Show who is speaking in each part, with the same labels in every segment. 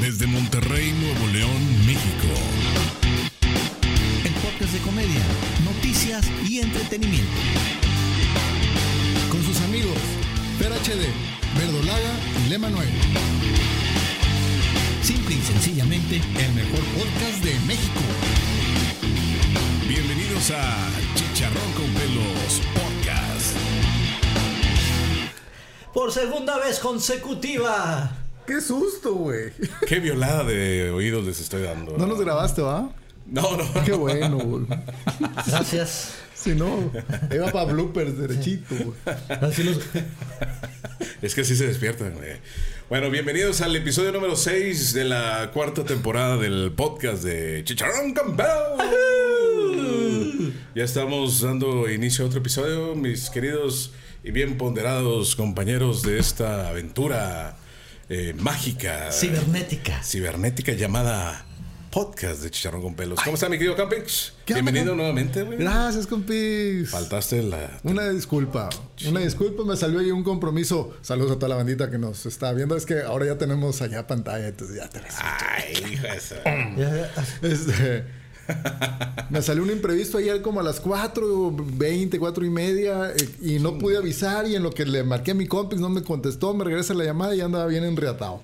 Speaker 1: desde Monterrey, Nuevo León, México.
Speaker 2: El podcast de comedia, noticias y entretenimiento.
Speaker 3: Con sus amigos, Per HD, Verdolaga y Le Manuel.
Speaker 2: Simple y sencillamente,
Speaker 3: El mejor podcast de México.
Speaker 1: Bienvenidos a Chicharrón con Pelos Podcast.
Speaker 4: por segunda vez consecutiva.
Speaker 3: ¡Qué susto, güey!
Speaker 1: Qué violada de oídos les estoy dando.
Speaker 3: No nos grabaste, ¿va?
Speaker 1: No, no.
Speaker 3: Qué bueno, güey.
Speaker 4: Gracias.
Speaker 3: Si no, iba para bloopers derechito, güey.
Speaker 4: Así los-
Speaker 1: Es que así se despiertan, güey. Bueno, bienvenidos al episodio número 6 de la cuarta temporada del podcast de Chicharrón Campbell. Ya estamos dando inicio a otro episodio, mis queridos y bien ponderados compañeros de esta aventura eh, mágica,
Speaker 4: Cibernéticas.
Speaker 1: cibernética llamada podcast de Chicharrón con Pelos. ¿Cómo está mi querido Campix?
Speaker 3: ¿Qué onda,
Speaker 1: Bienvenido
Speaker 3: Cam?
Speaker 1: nuevamente, güey.
Speaker 3: Gracias, compis.
Speaker 1: Faltaste la...
Speaker 3: Una disculpa, una disculpa, me salió ahí un compromiso. Saludos a toda la bandita que nos está viendo. Es que ahora ya tenemos allá pantalla, entonces ya te ves.
Speaker 1: Ay, hijo de esa.
Speaker 4: Ya-
Speaker 3: Este, me salió un imprevisto ayer como a las 4.20, 4 y media eh, y no pude avisar y en lo que le marqué a mi compis no me contestó, me regresa la llamada y ya andaba bien enriatado.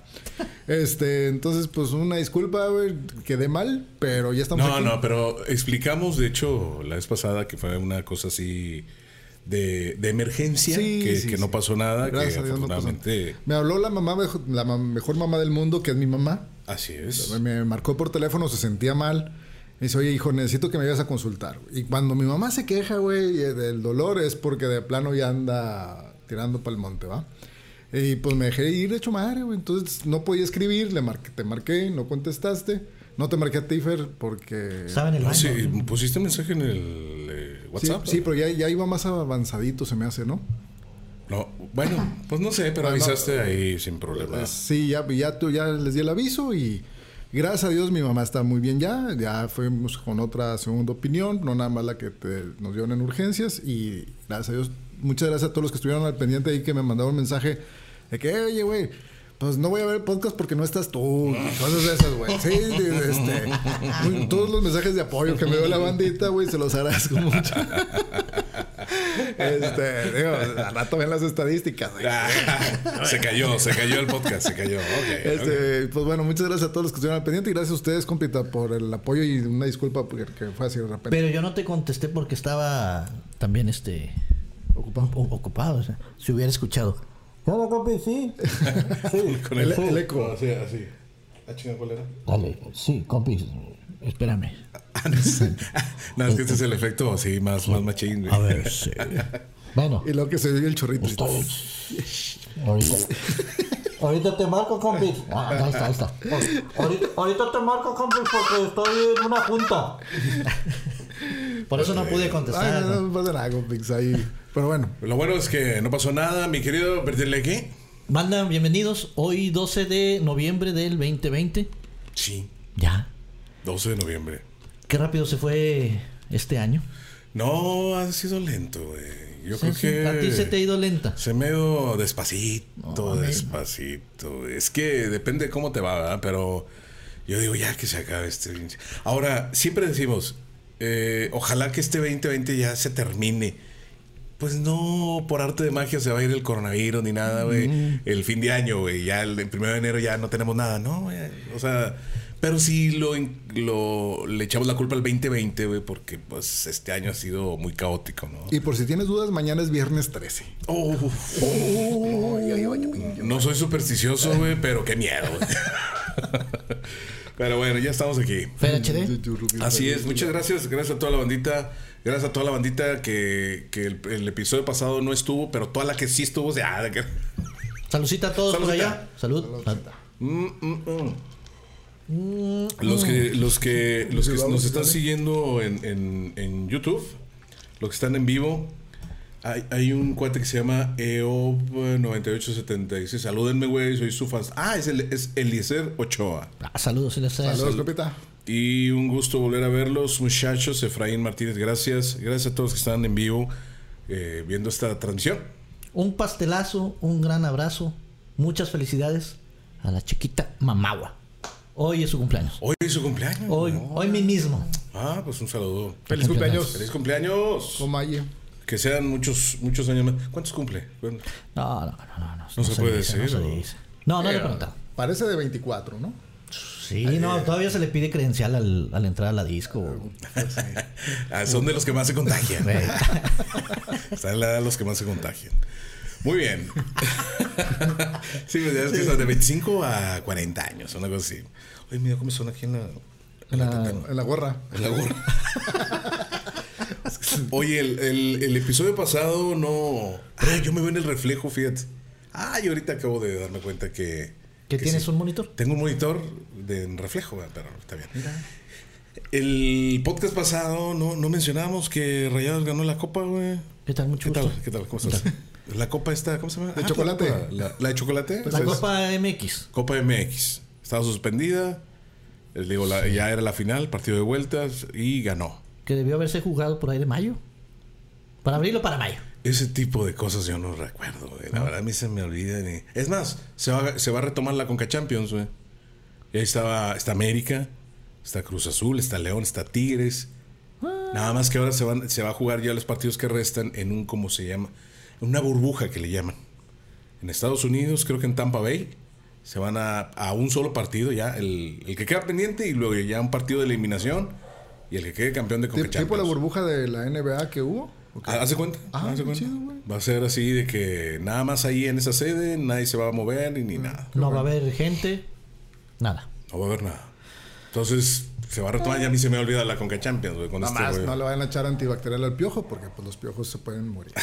Speaker 3: Este, entonces pues una disculpa, güey, quedé mal, pero ya estamos
Speaker 1: No,
Speaker 3: aquí.
Speaker 1: no, pero explicamos, de hecho, la vez pasada que fue una cosa así de, de emergencia,
Speaker 3: Sí,
Speaker 1: que,
Speaker 3: sí,
Speaker 1: que no
Speaker 3: sí.
Speaker 1: pasó nada,
Speaker 3: Gracias
Speaker 1: que
Speaker 3: a Dios no pasó.
Speaker 1: afortunadamente...
Speaker 3: Me habló la mamá, mejo- la ma- mejor mamá del mundo, que es mi mamá.
Speaker 1: así es.
Speaker 3: Me marcó por teléfono, se sentía mal. Me dice, oye, hijo, necesito que me vayas a consultar. güey. Y cuando mi mamá se queja, güey, eh, del dolor es porque de plano ya anda tirando para el monte, ¿va? Y pues me dejé ir hecho madre, güey. Entonces no podía escribir, le marqué, te marqué, no contestaste. No te marqué a Tifer porque...
Speaker 4: Estaba en el
Speaker 1: Ah,
Speaker 4: baño.
Speaker 1: sí, pusiste mensaje en el eh,
Speaker 3: Sí,
Speaker 1: WhatsApp.
Speaker 3: sí, pero ya, ya iba más avanzadito, se me hace, ¿no?
Speaker 1: No, bueno, pues no sé, pero
Speaker 3: Bueno,
Speaker 1: avisaste ahí sin problema.
Speaker 3: Pues, sí, ya, ya, tú- ya les di el aviso y gracias a Dios mi mamá está muy bien ya. Ya fuimos con otra segunda opinión, no nada más la que te- nos dieron en urgencias. Y gracias a Dios, muchas gracias a todos los que estuvieron al pendiente ahí que me mandaron mensaje de que, oye, güey. Pues no voy a ver el podcast porque no estás tú. y Cosas de esas, güey. Sí, de- este. muy- Todos los mensajes de apoyo que me dio la bandita, güey, se los agradezco mucho. Este, digo, al rato ven las estadísticas, güey.
Speaker 1: Ah, se cayó, se cayó el podcast, se cayó. Ok, ok.
Speaker 3: Este, pues bueno, muchas gracias a todos los que estuvieron al pendiente y gracias a ustedes, compita, por el apoyo y una disculpa porque que fue así de repente.
Speaker 4: Pero yo no te contesté porque estaba también este
Speaker 3: Ocupado.
Speaker 4: o- ocupado. o sea, si hubiera escuchado. ¿Cómo, compi? Sí.
Speaker 1: Con
Speaker 3: el- el eco.
Speaker 1: Así, así. Ah, chinga, ¿cuál era?
Speaker 4: Dale, sí, compi. Espérame.
Speaker 1: Ah, no sé. No, es que este es el efecto así, más, más machín. güey.
Speaker 4: A ver, sí. Bueno,
Speaker 3: Y luego que se dio el chorrito.
Speaker 4: está bien. Ahorita. Ahorita te marco, compi. Ah, ahí está, ahí está. Ahorita, ahorita te marco, compi, porque estoy en una junta. Por eso no pude contestar.
Speaker 3: Ay,
Speaker 4: ¿no?
Speaker 3: no, no pasa nada, compix, ahí. Pero bueno,
Speaker 1: Lo bueno es que no pasó nada, mi querido Bertileque.
Speaker 4: Banda, bienvenidos. Hoy 12 de noviembre del 2020.
Speaker 1: Sí,
Speaker 4: Ya.
Speaker 1: 12 de noviembre.
Speaker 4: Qué rápido se fue este año.
Speaker 1: No, ha sido lento, güey. Yo creo
Speaker 4: Sí, sí,
Speaker 1: que.
Speaker 4: A ti se te ha ido lenta.
Speaker 1: Se me ha ido despacito,
Speaker 4: No, hombre.
Speaker 1: despacito. güey. Es que depende cómo te va, ¿verdad? Pero yo digo ya que se acabe este. pinche- Ahora, siempre decimos, eh, ojalá que este 2020 ya se termine. Pues no, por arte de magia se va a ir el coronavirus ni nada, güey. El fin de año, güey. Ya el, el primero de enero ya no tenemos nada, ¿no? güey? O sea, pero sí lo, in- lo- le echamos la culpa al 2020, güey, porque pues este año ha sido muy caótico, ¿no?
Speaker 3: y por si tienes dudas, mañana es viernes 13.
Speaker 1: Oh. No soy supersticioso, güey, pero qué miedo. güey. pero bueno, ya estamos aquí.
Speaker 4: Fer
Speaker 1: Mm,
Speaker 4: HD.
Speaker 1: Así es, muchas gracias, gracias a toda la bandita, gracias a toda la bandita que, que el, el episodio pasado no estuvo, pero toda la que sí estuvo, o sea, ah, de que-
Speaker 4: Saludcita a todos por
Speaker 1: Saludcita.
Speaker 4: allá. Salud.
Speaker 1: Mm, mm, mm.
Speaker 4: Mm.
Speaker 1: Los que, los que, los que nos están siguiendo en, en- en YouTube, los que están en vivo, hay, hay un cuate que se llama eh, EOB9876. Salúdenme, güey, soy su fan. Ah, es, el, es Eliezer Ochoa.
Speaker 4: Ah, saludos. sí, les-
Speaker 3: Saludos, compita.
Speaker 1: Y un gusto volver a verlos, muchachos. Efraín Martínez, gracias. Gracias a todos que están en vivo eh, viendo esta transmisión.
Speaker 4: Un pastelazo, un gran abrazo. Muchas felicidades a la chiquita Mamagua. Hoy es su cumpleaños.
Speaker 1: Hoy es su cumpleaños.
Speaker 4: Hoy,
Speaker 1: ¿no?
Speaker 4: hoy mismo.
Speaker 1: Ah, pues un saludo.
Speaker 3: Feliz cumpleaños.
Speaker 1: Feliz cumpleaños.
Speaker 3: Comaye.
Speaker 1: Que sean muchos, muchos años más. ¿Cuántos cumple? Bueno,
Speaker 4: No, no, no, no. No,
Speaker 1: se puede decir,
Speaker 4: No,
Speaker 1: ¿o?
Speaker 4: se dice. no, no le
Speaker 1: Mira.
Speaker 4: preguntaba.
Speaker 3: Parece de 24, ¿no?
Speaker 4: Sí,
Speaker 1: eh.
Speaker 4: no, todavía se le pide credencial al, al entrar a la disco.
Speaker 1: ah, son de los que más se contagian.
Speaker 4: güey.
Speaker 1: Están en la edad de los que más se contagian. Muy bien. sí, pues ya es que son de 25 a 40 años, una cosa así. Oye, mira cómo son aquí en la, en la tetana.
Speaker 3: En la gorra.
Speaker 1: En la gorra. Oye, el, el- el episodio pasado no. Ah, yo me veo en el reflejo, fíjate. Ah, y ahorita acabo de darme cuenta que.
Speaker 4: ¿Que
Speaker 1: que
Speaker 4: tienes
Speaker 1: sí.
Speaker 4: un monitor?
Speaker 1: Tengo un monitor de en reflejo, ¿verdad? pero está bien. El podcast pasado no, no mencionamos que Rayados ganó la copa, güey.
Speaker 4: ¿Qué tal? Mucho
Speaker 1: ¿Qué tal?
Speaker 4: gusto.
Speaker 1: ¿Qué tal? ¿Cómo estás? La copa esta, ¿cómo se llama?
Speaker 3: ¿De
Speaker 1: Ah,
Speaker 3: chocolate?
Speaker 1: La, copa- la- la de chocolate.
Speaker 4: La
Speaker 1: Pues,
Speaker 4: Copa MX.
Speaker 1: Copa MX. Estaba suspendida. Les digo, la- ya era la final, partido de vueltas y ganó.
Speaker 4: Que debió haberse jugado por ahí de mayo. Para abril o para mayo.
Speaker 1: Ese tipo de cosas yo no recuerdo, güey.
Speaker 3: Ah.
Speaker 1: La verdad a mí se me olvidan. y- Es más, se va, se va a retomar la Conca Champions, güey. Y ahí estaba, está América, está Cruz Azul, está León, está Tigres.
Speaker 3: Ah.
Speaker 1: Nada más que ahora se, van, se va a jugar ya los partidos que restan en un, ¿cómo se llama? En una burbuja que le llaman. En Estados Unidos, creo que en Tampa Bay, se van a, a un solo partido ya, el, el que queda pendiente y luego ya un partido de eliminación y el que quede campeón de Conca
Speaker 3: Tip- Tipo la
Speaker 1: Champions.
Speaker 3: burbuja de la NBA que hubo. ¿o qué?
Speaker 1: Ah, ¿Hace cuenta?
Speaker 3: Ah,
Speaker 1: ¿Hace
Speaker 3: qué
Speaker 1: cuenta?
Speaker 3: chido, güey.
Speaker 1: Va a ser así de que nada más ahí en esa sede, nadie se va a mover y ni nada.
Speaker 4: No va a haber gente. Nada.
Speaker 1: No va a haber nada. Entonces, se va a retomar. Ya a mí se me olvida la Conca Champions, güey. Con
Speaker 3: Nada
Speaker 1: este
Speaker 3: más,
Speaker 1: rollo.
Speaker 3: no le vayan a echar antibacterial al piojo porque pues los piojos se pueden morir.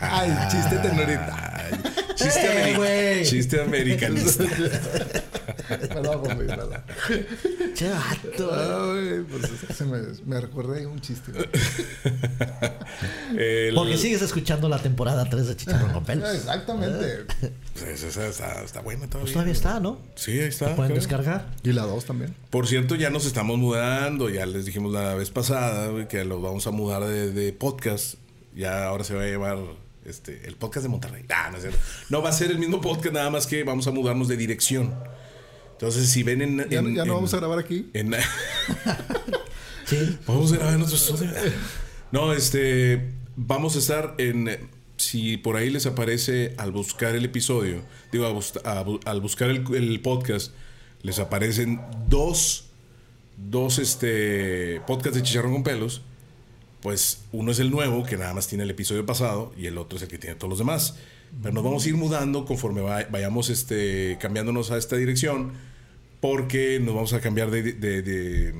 Speaker 3: Ay, chiste tenorita.
Speaker 1: Ay, chiste,
Speaker 4: Eh,
Speaker 1: ameri-
Speaker 4: güey.
Speaker 1: chiste americanista.
Speaker 3: Perdón, güey, perdón.
Speaker 4: Che, vato.
Speaker 3: Ay, pues es que se me, me recordé un chiste. güey.
Speaker 1: El-
Speaker 4: Porque sigues escuchando la temporada 3 de Chicharrón con pelos.
Speaker 3: Ah, Exactamente.
Speaker 1: pues, esa está, está buena todavía.
Speaker 4: Pues todavía está, ¿no?
Speaker 1: Sí, ahí está.
Speaker 4: Pueden
Speaker 1: creo.
Speaker 4: descargar.
Speaker 3: Y la 2 también.
Speaker 1: Por cierto, ya nos estamos mudando. Ya les dijimos la vez pasada güey, que los vamos a mudar de, de podcast. Ya ahora se va a llevar este, el podcast de Monterrey. Ah, no, es cierto. No va a ser el mismo podcast, nada más que vamos a mudarnos de dirección. Entonces, si ven en.
Speaker 3: Ya,
Speaker 1: en-
Speaker 3: ya no
Speaker 1: en-
Speaker 3: vamos a grabar aquí.
Speaker 1: en-
Speaker 4: Sí.
Speaker 1: Vamos a grabar en nuestro estudio. No, este. Vamos a estar en. Si por ahí les aparece al buscar el episodio, digo, a bus- a bu- al buscar el, el podcast, les aparecen dos, dos este, podcasts de Chicharrón con pelos. Pues uno es el nuevo, que nada más tiene el episodio pasado, y el otro es el que tiene todos los demás. Pero nos vamos a ir mudando conforme va- vayamos este, cambiándonos a esta dirección, porque nos vamos a cambiar de- de- de,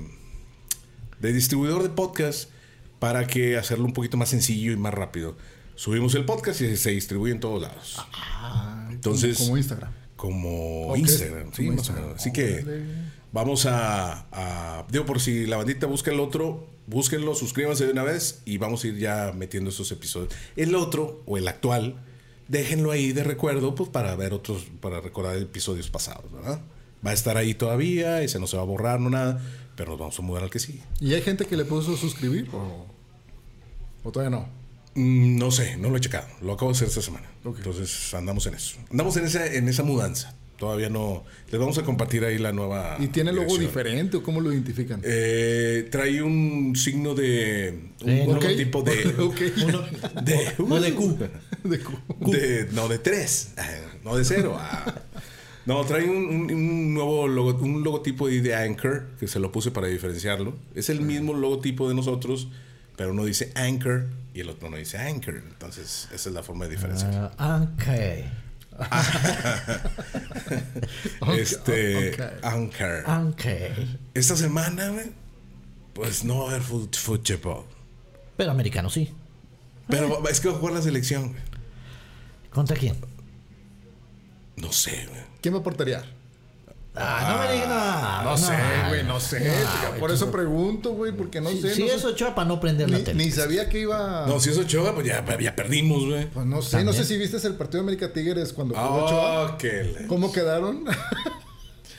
Speaker 1: de distribuidor de podcast para que hacerlo un poquito más sencillo y más rápido. Subimos el podcast y se distribuye en todos lados. Entonces,
Speaker 3: Como Instagram.
Speaker 1: como
Speaker 3: Ok.
Speaker 1: Instagram, sí,
Speaker 3: Como
Speaker 1: más o
Speaker 3: Instagram.
Speaker 1: menos. Así que
Speaker 3: Órale.
Speaker 1: vamos a, a- Digo, por si la bandita busca el otro, búsquenlo, suscríbanse de una vez y vamos a ir ya metiendo esos episodios. El otro o el actual, déjenlo ahí de recuerdo, pues para ver otros, para recordar episodios pasados, ¿verdad? Va a estar ahí todavía y se nos va a borrar, no nada, pero nos vamos a mudar al que sigue.
Speaker 3: ¿Y hay gente que le puso suscribir o, o todavía no?
Speaker 1: Mm, No sé, no lo he checado. Lo acabo de hacer esta semana.
Speaker 3: Ok.
Speaker 1: Entonces andamos en eso. Andamos en esa, en esa mudanza. Todavía no. Les vamos a compartir ahí la nueva.
Speaker 3: ¿Y tiene logo
Speaker 1: dirección.
Speaker 3: diferente o cómo lo identifican?
Speaker 1: Eh, trae un signo de. Un
Speaker 4: Eh,
Speaker 1: nuevo
Speaker 3: Ok.
Speaker 1: tipo de.
Speaker 3: Ok.
Speaker 1: de,
Speaker 4: No de Q.
Speaker 3: De cu-
Speaker 1: de- no, de tres. No de cero. Ah. No, trae un, un- un nuevo logo, un logotipo ahí de Anchor, que se lo puse para diferenciarlo. Es el mismo logotipo de nosotros, pero uno dice Anchor y el otro no dice Anchor. Entonces, esa es la forma de diferenciar.
Speaker 4: Ah, ok. Ah,
Speaker 1: este
Speaker 3: Ok.
Speaker 1: Anchor.
Speaker 4: Ok.
Speaker 1: Esta semana, güey, pues no va a haber fut- fútbol.
Speaker 4: Pero americano sí.
Speaker 1: Pero va- es que va a jugar la selección. güey.
Speaker 4: ¿Contra quién?
Speaker 1: No sé, güey.
Speaker 3: ¿Quién va a portería?
Speaker 4: Ah, no me digas nada. Ah,
Speaker 3: No sé, güey, no
Speaker 1: Ah,
Speaker 3: sé. Por eso pregunto, güey, porque no sé.
Speaker 4: Si
Speaker 3: no sé.
Speaker 4: eso echó para no prender la
Speaker 3: Ni,
Speaker 4: tele.
Speaker 3: ni sabía que iba.
Speaker 1: No, si es Ochoa, pues ya, ya perdimos, güey.
Speaker 3: Pues no sé, no sé
Speaker 4: También.
Speaker 3: si viste el partido de América Tigres cuando jugó Ochoa.
Speaker 1: Ah, que le-
Speaker 3: ¿Cómo quedaron?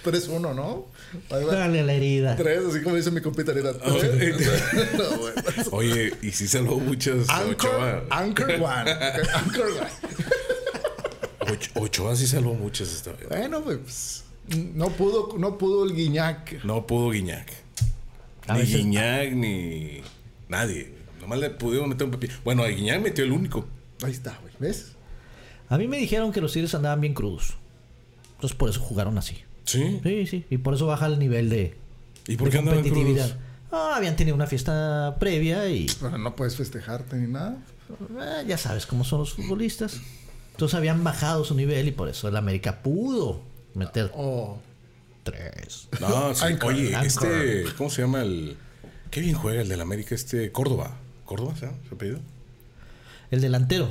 Speaker 3: 3-1, ¿no? Ahí va.
Speaker 4: Dale la herida.
Speaker 3: Tres, así como dice mi compita. Era
Speaker 1: Oh,
Speaker 3: tres.
Speaker 1: eh.
Speaker 3: No, bueno.
Speaker 1: Oye, y sí salvó muchas
Speaker 3: Anchor,
Speaker 1: Ochoa.
Speaker 3: Anchor One. Anchor One.
Speaker 1: Och- Ochoa sí salvó muchas esta vez.
Speaker 3: Bueno, pues. No pudo, no pudo el Guiñac.
Speaker 1: No pudo Guiñac.
Speaker 4: A
Speaker 1: ni
Speaker 4: veces- ah.
Speaker 1: Guiñac, ni nadie. Nomás le pudieron meter un pepino. Bueno, a Guiñac metió el único.
Speaker 3: Ahí está, güey. ¿Ves?
Speaker 4: A mí me dijeron que los Tigres andaban bien crudos. Entonces por eso jugaron así.
Speaker 1: Sí.
Speaker 4: Sí, sí. Y por eso baja el nivel de,
Speaker 1: ¿Y por
Speaker 4: de
Speaker 1: qué andaban crudos?
Speaker 4: Ah, habían tenido una fiesta previa y
Speaker 3: Pero no puedes festejarte ni nada.
Speaker 4: eh, ya sabes cómo son los futbolistas. Entonces habían bajado su nivel y por eso el América pudo meter
Speaker 3: Oh.
Speaker 4: tres.
Speaker 1: No, sí.
Speaker 3: Anchor,
Speaker 1: Oye,
Speaker 4: Anchor.
Speaker 1: este, ¿cómo se llama el. Qué bien juega el del América, este Córdoba. ¿Córdoba se llama? ¿Se apellida?
Speaker 4: El delantero,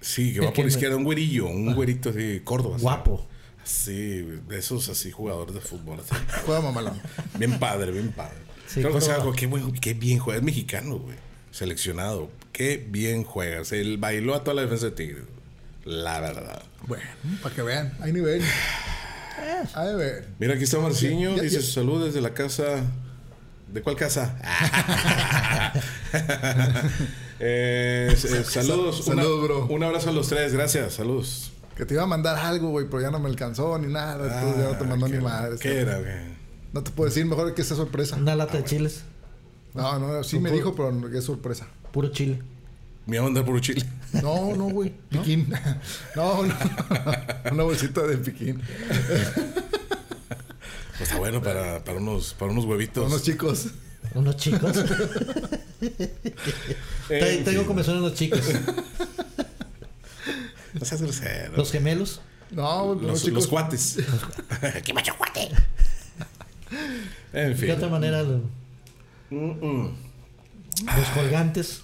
Speaker 1: Sí, que
Speaker 4: El
Speaker 1: va
Speaker 4: que
Speaker 1: por
Speaker 4: me-
Speaker 1: izquierda, un güerillo,
Speaker 3: Ah.
Speaker 1: un güerito así, Córdoba. se llama.
Speaker 4: guapo.
Speaker 1: Sí, de esos así jugadores de fútbol. así.
Speaker 3: Juega mamalón.
Speaker 1: Bien padre, bien padre.
Speaker 4: Sí,
Speaker 1: Creo que es
Speaker 4: Córdoba.
Speaker 1: algo, qué, buen- qué bien juega. Es mexicano, güey. Seleccionado. Qué bien juega. Se el bailó a toda la defensa de Tigres. La verdad.
Speaker 3: Bueno, para que vean. Hay nivel. Hay nivel.
Speaker 1: Mira, aquí está Marciño.
Speaker 3: Ya, ya,
Speaker 1: dice
Speaker 3: ya.
Speaker 1: su salud desde la casa. ¿De cuál casa? Eh, eh, saludos.
Speaker 3: Sal- saludos,
Speaker 1: Una-
Speaker 3: bro.
Speaker 1: Un abrazo a los tres. Gracias. Saludos.
Speaker 3: Que te iba a mandar algo, güey, pero ya no me alcanzó ni nada. Entonces ya no te mandó
Speaker 1: Ah,
Speaker 3: ni
Speaker 1: qué-
Speaker 3: madre.
Speaker 1: ¿Qué era, güey?
Speaker 3: No te puedo decir mejor que esa sorpresa.
Speaker 4: Una
Speaker 1: Ah,
Speaker 4: lata de chiles,
Speaker 3: No, no, sí me dijo, pero no- que es sorpresa.
Speaker 4: puro chile.
Speaker 1: Me iba a mandar por Chile.
Speaker 3: No, no, güey. Piquín. No, no. Una bolsita de piquín.
Speaker 1: Pues está bueno para, para unos, para unos huevitos.
Speaker 3: Unos chicos.
Speaker 4: Unos chicos.
Speaker 1: En
Speaker 4: Te- Tengo
Speaker 1: fin.
Speaker 4: comezón en los chicos.
Speaker 1: No seas grosero.
Speaker 4: Los gemelos.
Speaker 3: No, güey, pero unos
Speaker 1: Los,
Speaker 3: chicos.
Speaker 1: los cuates. ¡Qué macho cuate! En
Speaker 4: De
Speaker 1: fin. Mm,
Speaker 4: otra manera, lo- los colgantes.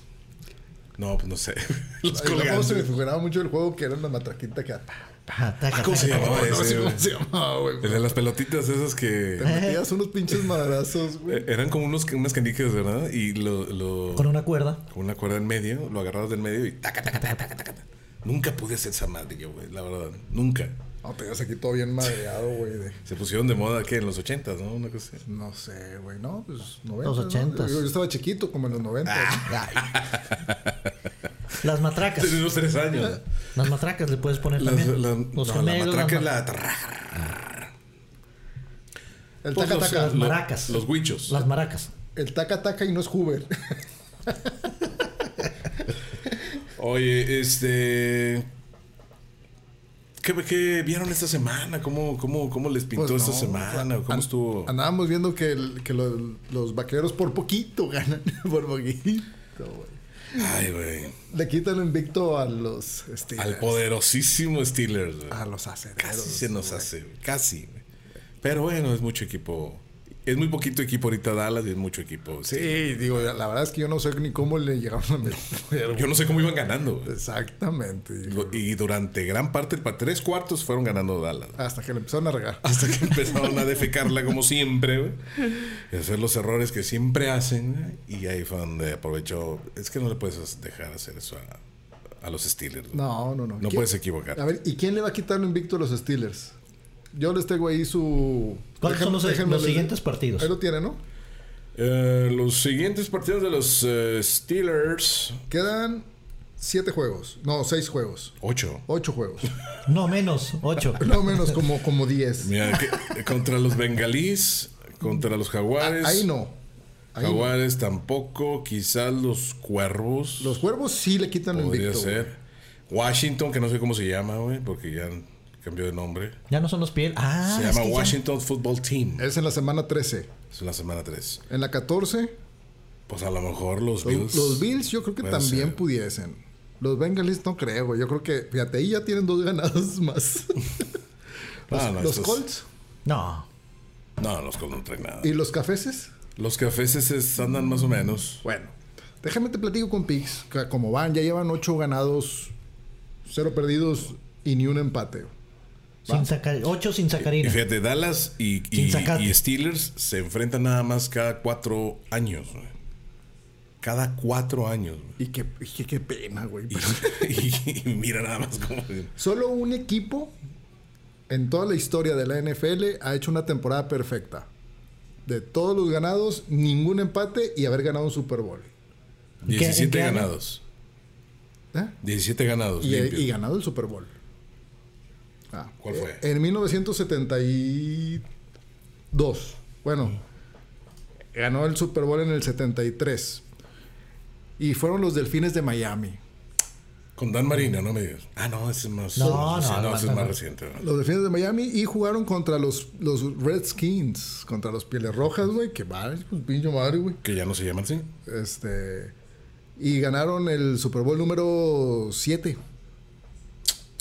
Speaker 1: No, pues no sé. Los
Speaker 3: Ay, luego se me
Speaker 1: colgantes.
Speaker 3: figuraba mucho el juego que era la matraquita que te
Speaker 4: Ajá, taca,
Speaker 1: Ah, ¿Cómo se
Speaker 4: taca.
Speaker 1: llamaba ese? güey?
Speaker 3: llamaba, güey.
Speaker 1: El de las pelotitas esas que
Speaker 3: Metías unos pinches madrazos, güey.
Speaker 1: eh, eran como unos, unas canicas, ¿verdad? Y lo, lo
Speaker 4: Con una cuerda.
Speaker 1: con una cuerda en medio, lo agarrabas del medio y taca, taca, taca, taca, taca. Nunca pude hacer esa madre yo, güey, la verdad. Nunca.
Speaker 3: No, te ibas aquí todo bien madreado, güey. de-
Speaker 1: Se pusieron de moda que en los ochentas, ¿no? Una cosa así.
Speaker 3: No sé, güey, no, pues 90. ¿no?
Speaker 4: 80s.
Speaker 3: Yo, yo estaba chiquito, como en los 90.
Speaker 1: Ah,
Speaker 4: Las matracas.
Speaker 1: Tenía unos tres años.
Speaker 4: Las matracas le puedes poner
Speaker 1: Las-
Speaker 4: también.
Speaker 1: la,
Speaker 4: los
Speaker 1: no, la
Speaker 4: gemelos,
Speaker 1: matraca es
Speaker 4: las, ma-
Speaker 1: la tarraja.
Speaker 3: El
Speaker 1: Pues
Speaker 3: taca
Speaker 1: los-
Speaker 3: taca.
Speaker 4: las maracas.
Speaker 1: Los huichos.
Speaker 4: las maracas.
Speaker 3: El taca taca y no es Hoover.
Speaker 1: Oye, este. ¿Qué, qué vieron esta semana? ¿Cómo, cómo, cómo les pintó
Speaker 3: Pues,
Speaker 1: esta
Speaker 3: no,
Speaker 1: semana? ¿Cómo
Speaker 3: an-
Speaker 1: estuvo?
Speaker 3: Andábamos viendo que, el- que lo- los vaqueros por poquito ganan. por poquito, güey.
Speaker 1: Ay, güey.
Speaker 3: Le quitan el invicto a los. Este,
Speaker 1: Al poderosísimo Steelers. güey.
Speaker 4: Ah,
Speaker 3: A los acereros.
Speaker 1: Casi se nos hace, güey. casi. güey. Pero bueno, es mucho equipo. Es muy poquito equipo ahorita Dallas y es mucho equipo. Steelers.
Speaker 3: Sí, digo, la verdad es que yo no sé ni cómo le llegaron a meter. güey.
Speaker 1: Yo no sé cómo iban ganando.
Speaker 4: pues,
Speaker 1: güey.
Speaker 3: Exactamente. digo.
Speaker 1: Y durante gran parte, para tres cuartos, fueron ganando Dallas.
Speaker 3: Hasta que le empezaron a regar.
Speaker 1: Hasta que empezaron a defecarla como siempre, güey. Y hacer los errores que siempre hacen. güey. Y ahí fue donde aprovechó. Es que no le puedes dejar hacer eso a, a los Steelers. güey.
Speaker 3: No, no, no.
Speaker 1: No
Speaker 3: ¿Quién-
Speaker 1: puedes equivocar.
Speaker 3: A ver, ¿y quién le va a quitar el invicto a los Steelers? Yo les tengo ahí su.
Speaker 4: ¿Cuáles son los- los
Speaker 3: les-
Speaker 4: siguientes partidos?
Speaker 3: Ahí lo tiene, ¿no?
Speaker 1: Eh, los siguientes partidos de los eh, Steelers.
Speaker 3: Quedan siete juegos. No, seis juegos.
Speaker 1: Ocho.
Speaker 3: Ocho juegos.
Speaker 4: No menos, ocho.
Speaker 3: No menos como, como diez.
Speaker 1: Mira, que- contra los bengalís, contra los jaguares.
Speaker 3: Ahí no. Ahí no.
Speaker 1: Jaguares tampoco. Quizás los cuervos.
Speaker 3: Los cuervos sí le quitan el
Speaker 1: podría
Speaker 3: invicto.
Speaker 1: ser.
Speaker 3: güey.
Speaker 1: Washington, que no sé cómo se llama, güey, porque ya cambió de nombre.
Speaker 4: Ya no son los piel. Ah,
Speaker 1: Se
Speaker 4: es
Speaker 1: llama
Speaker 4: que ya-
Speaker 1: Washington Football Team.
Speaker 3: Es en la semana 13.
Speaker 1: Es la semana 3.
Speaker 3: En la 14,
Speaker 1: Pues a lo mejor los
Speaker 3: los
Speaker 1: Bills.
Speaker 3: Bills, yo creo que
Speaker 1: Puede
Speaker 3: también
Speaker 1: ser.
Speaker 3: pudiesen. Los Bengalis no creo, güey. Yo creo que, fíjate, ahí ya tienen dos ganados más.
Speaker 1: Ah, no,
Speaker 3: los
Speaker 1: estos-
Speaker 3: Colts
Speaker 4: No.
Speaker 1: No, los Colts no traen nada.
Speaker 3: y los Cafeses.
Speaker 1: Los cafés se andan más o menos.
Speaker 3: Bueno, déjame te platico con Pix, que como van, ya llevan ocho ganados, cero perdidos y ni un empate.
Speaker 4: Sin sacar, ocho sin
Speaker 1: Y
Speaker 4: sacarina.
Speaker 1: fíjate, Dallas y, y-
Speaker 4: Sin sacate.
Speaker 1: y Steelers se enfrentan nada más cada cuatro años. güey. Cada cuatro años. güey.
Speaker 3: Y qué, y qué- qué pena, güey. pero-
Speaker 1: Y, y mira nada más cómo.
Speaker 3: Solo un equipo en toda la historia de la NFL ha hecho una temporada perfecta. De todos los ganados, ningún empate y haber ganado un Super Bowl.
Speaker 4: ¿Y qué- en
Speaker 1: 17
Speaker 4: qué año?
Speaker 1: ganados.
Speaker 3: ¿Eh?
Speaker 1: 17 ganados.
Speaker 3: Y,
Speaker 1: limpios.
Speaker 3: y ganado el Super Bowl. Ah.
Speaker 1: ¿Cuál fue?
Speaker 3: En 1972. Bueno, ganó el Super Bowl en el 73. Y fueron los Delfines de Miami.
Speaker 1: Con Dan Marino, no me digas. Ah, no, ese es más,
Speaker 2: No,
Speaker 1: no, ese
Speaker 2: no,
Speaker 1: es
Speaker 2: no,
Speaker 1: más
Speaker 2: no.
Speaker 1: reciente. ¿no?
Speaker 3: Los Delfines de Miami y jugaron contra los, los Redskins, contra los Pieles Rojas, güey. Que madre, pues pinche madre, güey.
Speaker 1: Que ya no se llaman así.
Speaker 3: Este. Y ganaron el Super Bowl número 7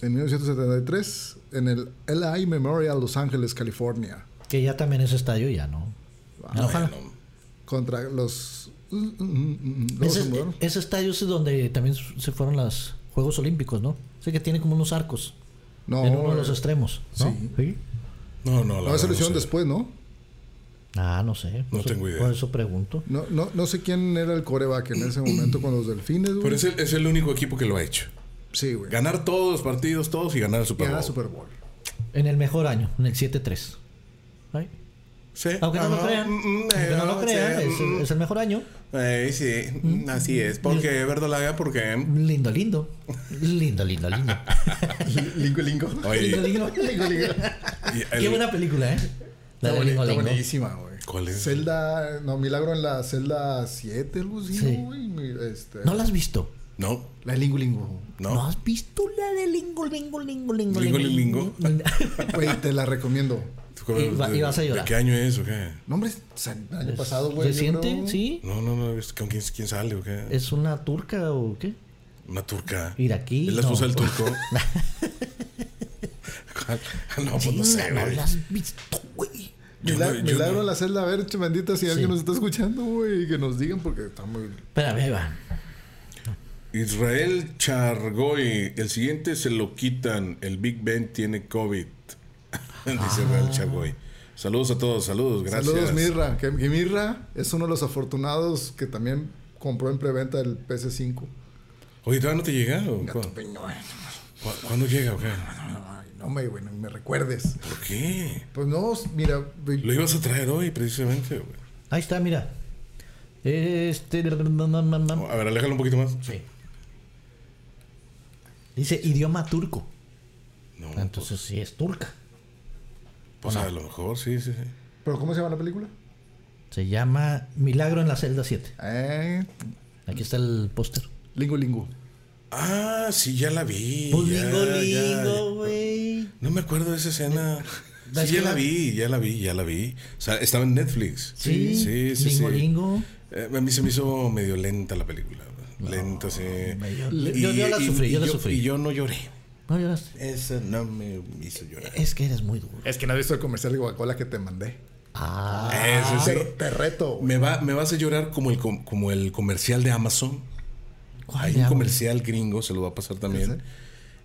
Speaker 3: en 1973 en el LI Memorial Los Ángeles, California.
Speaker 2: Que ya también es estadio, ya, ¿no?
Speaker 1: No,
Speaker 2: Ojalá.
Speaker 1: ya no.
Speaker 3: Contra los. mm, los
Speaker 2: Ese, ese estadio es donde también se fueron los Juegos Olímpicos, ¿no? Sé que tiene como unos arcos
Speaker 3: no,
Speaker 2: en uno de
Speaker 3: eh,
Speaker 2: los extremos, ¿no?
Speaker 3: sí.
Speaker 1: No, no, la
Speaker 3: no,
Speaker 1: verdad
Speaker 3: esa lo hicieron
Speaker 1: sé.
Speaker 3: después, ¿no?
Speaker 2: Ah, no sé.
Speaker 1: No
Speaker 2: Por eso-
Speaker 1: tengo idea.
Speaker 2: Por eso pregunto.
Speaker 3: No, no, no sé quién era el coreback en ese momento con los delfines, güey.
Speaker 1: Pero es el, es el único equipo que lo ha hecho.
Speaker 3: Sí, güey.
Speaker 1: Ganar todos los partidos, todos y ganar el Super
Speaker 3: Gana
Speaker 1: Bowl.
Speaker 3: Super Bowl.
Speaker 2: En el mejor año, en el 7-3. Ay.
Speaker 1: Sí.
Speaker 2: Aunque no lo
Speaker 1: Ajá.
Speaker 2: crean,
Speaker 1: Mm, mm,
Speaker 2: aunque no lo
Speaker 1: eh,
Speaker 2: crean,
Speaker 1: sí,
Speaker 2: es,
Speaker 1: mm,
Speaker 2: es el mejor año.
Speaker 1: eh, sí, mm, así es. Porque Verdolaga, porque. mm,
Speaker 2: Lindo, lindo. Lindo, lindo, lindo.
Speaker 3: Lingo, lingo.
Speaker 1: Oye,
Speaker 2: lindo, lindo.
Speaker 1: y
Speaker 2: Qué
Speaker 1: el-
Speaker 2: buena película, ¿eh? La de
Speaker 3: Está, boni-
Speaker 2: Lingo
Speaker 3: está
Speaker 2: Lingo.
Speaker 3: buenísima, güey.
Speaker 1: ¿Cuál es?
Speaker 3: Zelda, no, Milagro en la celda 7, Lucino,
Speaker 2: Sí.
Speaker 3: güey. mi- Este,
Speaker 2: ¿No la has visto?
Speaker 1: No,
Speaker 3: La de Lingo Lingo.
Speaker 1: no.
Speaker 2: ¿No has visto la de Lingo Lingo Lingo Lingo
Speaker 1: Lingo, Lingo?
Speaker 3: Güey, te la recomiendo.
Speaker 1: ¿Tú cuál-
Speaker 2: Y va-
Speaker 1: de-
Speaker 2: y vas a llorar.
Speaker 1: ¿De qué año es o qué?
Speaker 3: No, hombre, sal- el año pasado, güey. yo
Speaker 2: ¿Reciente?
Speaker 3: creo.
Speaker 2: Sí.
Speaker 1: No, no, no. es- ¿Con quién, quién sale o qué?
Speaker 2: ¿Es una turca o qué?
Speaker 1: Una turca.
Speaker 2: Iraquí,
Speaker 1: ¿Es la esposa
Speaker 2: no. pues,
Speaker 1: del turco? ¿Cuál? Ah, no, pues no sé,
Speaker 2: no
Speaker 1: güey.
Speaker 2: la has visto, güey.
Speaker 1: Yo
Speaker 3: Mila-
Speaker 1: no- yo
Speaker 3: Milagro
Speaker 1: no.
Speaker 3: en la celda, a ver, che, bendita, si alguien
Speaker 2: Sí.
Speaker 3: nos está escuchando, güey, que nos digan porque está muy.
Speaker 2: Espérame, ahí va.
Speaker 1: Israel Chargoy. El siguiente se lo quitan. El Big Ben tiene COVID. Dice Israel Chargoy. Saludos a todos. Saludos. Gracias.
Speaker 3: Saludos, Mirra. Que, que Mirra es uno de los afortunados que también compró en preventa el PS5.
Speaker 1: Oye, ¿todavía no te llega? o cu- cu- ¿Cuándo llega o qué?
Speaker 3: Ay, no me, güey, no me recuerdes.
Speaker 1: ¿Por qué?
Speaker 3: Pues no, mira, güey,
Speaker 1: Lo ibas a traer hoy, precisamente. güey.
Speaker 2: Ahí está, mira. Este. na, na, na, na.
Speaker 1: A ver, aléjalo un poquito más.
Speaker 2: Sí. Dice idioma turco.
Speaker 1: No,
Speaker 2: Ah, Entonces sí es turca.
Speaker 1: pues a lo mejor, sí, sí, sí.
Speaker 3: ¿Pero cómo se llama la película?
Speaker 2: Se llama Milagro en la celda 7.
Speaker 3: Eh,
Speaker 2: Aquí está el póster.
Speaker 3: lingo Lingo.
Speaker 1: Ah, sí, ya la vi.
Speaker 2: Pues
Speaker 1: ya,
Speaker 2: lingo,
Speaker 1: ya,
Speaker 2: lingo, güey.
Speaker 1: No me acuerdo de esa escena.
Speaker 2: Es
Speaker 1: Sí, ya
Speaker 2: que
Speaker 1: la
Speaker 2: la-
Speaker 1: vi, ya la vi, ya la vi. O sea, estaba en Netflix.
Speaker 2: Sí,
Speaker 1: sí, sí.
Speaker 2: lingo,
Speaker 1: sí.
Speaker 2: lingo.
Speaker 1: Eh, a mí se me hizo medio lenta la película. Lenta, sí.
Speaker 2: yo- yo- yo la sufrí, yo la sufrí.
Speaker 1: Y yo no lloré.
Speaker 2: No lloraste.
Speaker 1: Esa no me hizo llorar.
Speaker 2: Es que eres muy duro.
Speaker 3: Es que no has visto el comercial de Coca-Cola que te mandé.
Speaker 2: Ah,
Speaker 1: Eso sí.
Speaker 3: Pero te reto, güey.
Speaker 1: Me, va, me vas a llorar como el, com- como el comercial de Amazon.
Speaker 2: ¿cuál
Speaker 1: Hay
Speaker 2: de
Speaker 1: un
Speaker 2: ambos?
Speaker 1: comercial gringo, se lo va a pasar también.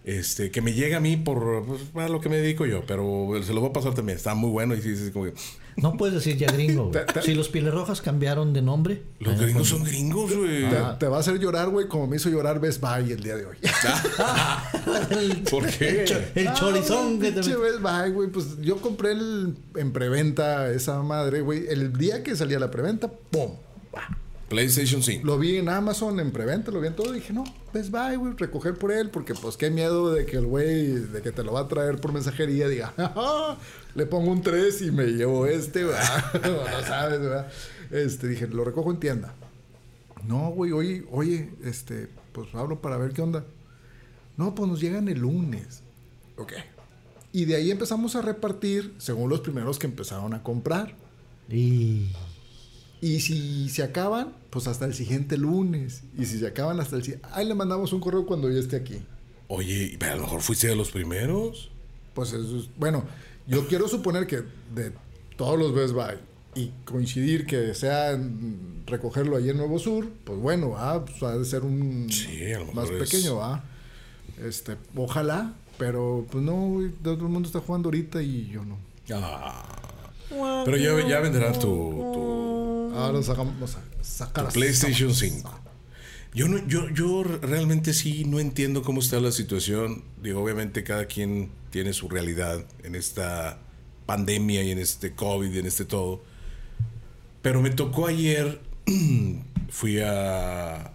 Speaker 1: Este, que me llega a mí por pues, para lo que me dedico yo, pero se lo va a pasar también. Está muy bueno y sí, sí, como que,
Speaker 2: No puedes decir ya gringo. güey.
Speaker 3: Te- te-
Speaker 2: Si los pieles rojas cambiaron de nombre.
Speaker 1: los
Speaker 2: pues,
Speaker 1: gringos son gringos, güey.
Speaker 3: Te,
Speaker 2: ah.
Speaker 3: te va a hacer llorar, güey, como me hizo llorar Best Buy el día de hoy.
Speaker 2: el,
Speaker 1: ¿Por qué?
Speaker 2: cho- pues, el
Speaker 3: Ah,
Speaker 2: chorizón que
Speaker 3: güey,
Speaker 2: te
Speaker 3: pinche Best Buy, güey. Pues yo compré el, en preventa esa madre, güey. El día que salía la preventa, ¡pum!
Speaker 1: PlayStation 5.
Speaker 3: Lo vi en Amazon, en preventa, lo vi en todo. Dije, no, Best Buy, güey, recoger por él. Porque, pues, qué miedo de que el güey, de que te lo va a traer por mensajería, diga, "Ja, ja, le pongo un 3 y me llevo este, güey. no sabes, ¿verdad? Este, dije, lo recojo en tienda. No, güey, oye, oye, este, pues hablo para ver qué onda. No, pues nos llegan el lunes. Ok. Y de ahí empezamos a repartir según los primeros que empezaron a comprar.
Speaker 2: Y
Speaker 3: Y si se acaban, pues hasta el siguiente lunes. Y si se acaban hasta el siguiente... Ahí le mandamos un correo cuando yo esté aquí.
Speaker 1: Oye, pero a lo mejor fuiste de los primeros.
Speaker 3: Pues eso es... Bueno, yo quiero suponer que de todos los Best Buy y coincidir que sea mm, recogerlo allí en Nuevo Sur, pues bueno, ah, pues ha de ser un
Speaker 1: Sí, a lo mejor
Speaker 3: más
Speaker 1: es-
Speaker 3: pequeño, ah. Este, ojalá, pero pues no, güey, todo el mundo está jugando ahorita y yo no.
Speaker 1: Ah. Pero ya, ya vendrá tu, tu
Speaker 3: Ahora sacamos a sacar
Speaker 1: PlayStation 5. Yo, no, yo, yo realmente sí no entiendo cómo está la situación. Digo, obviamente cada quien tiene su realidad en esta pandemia y en este COVID y en este todo. Pero me tocó ayer, fui a,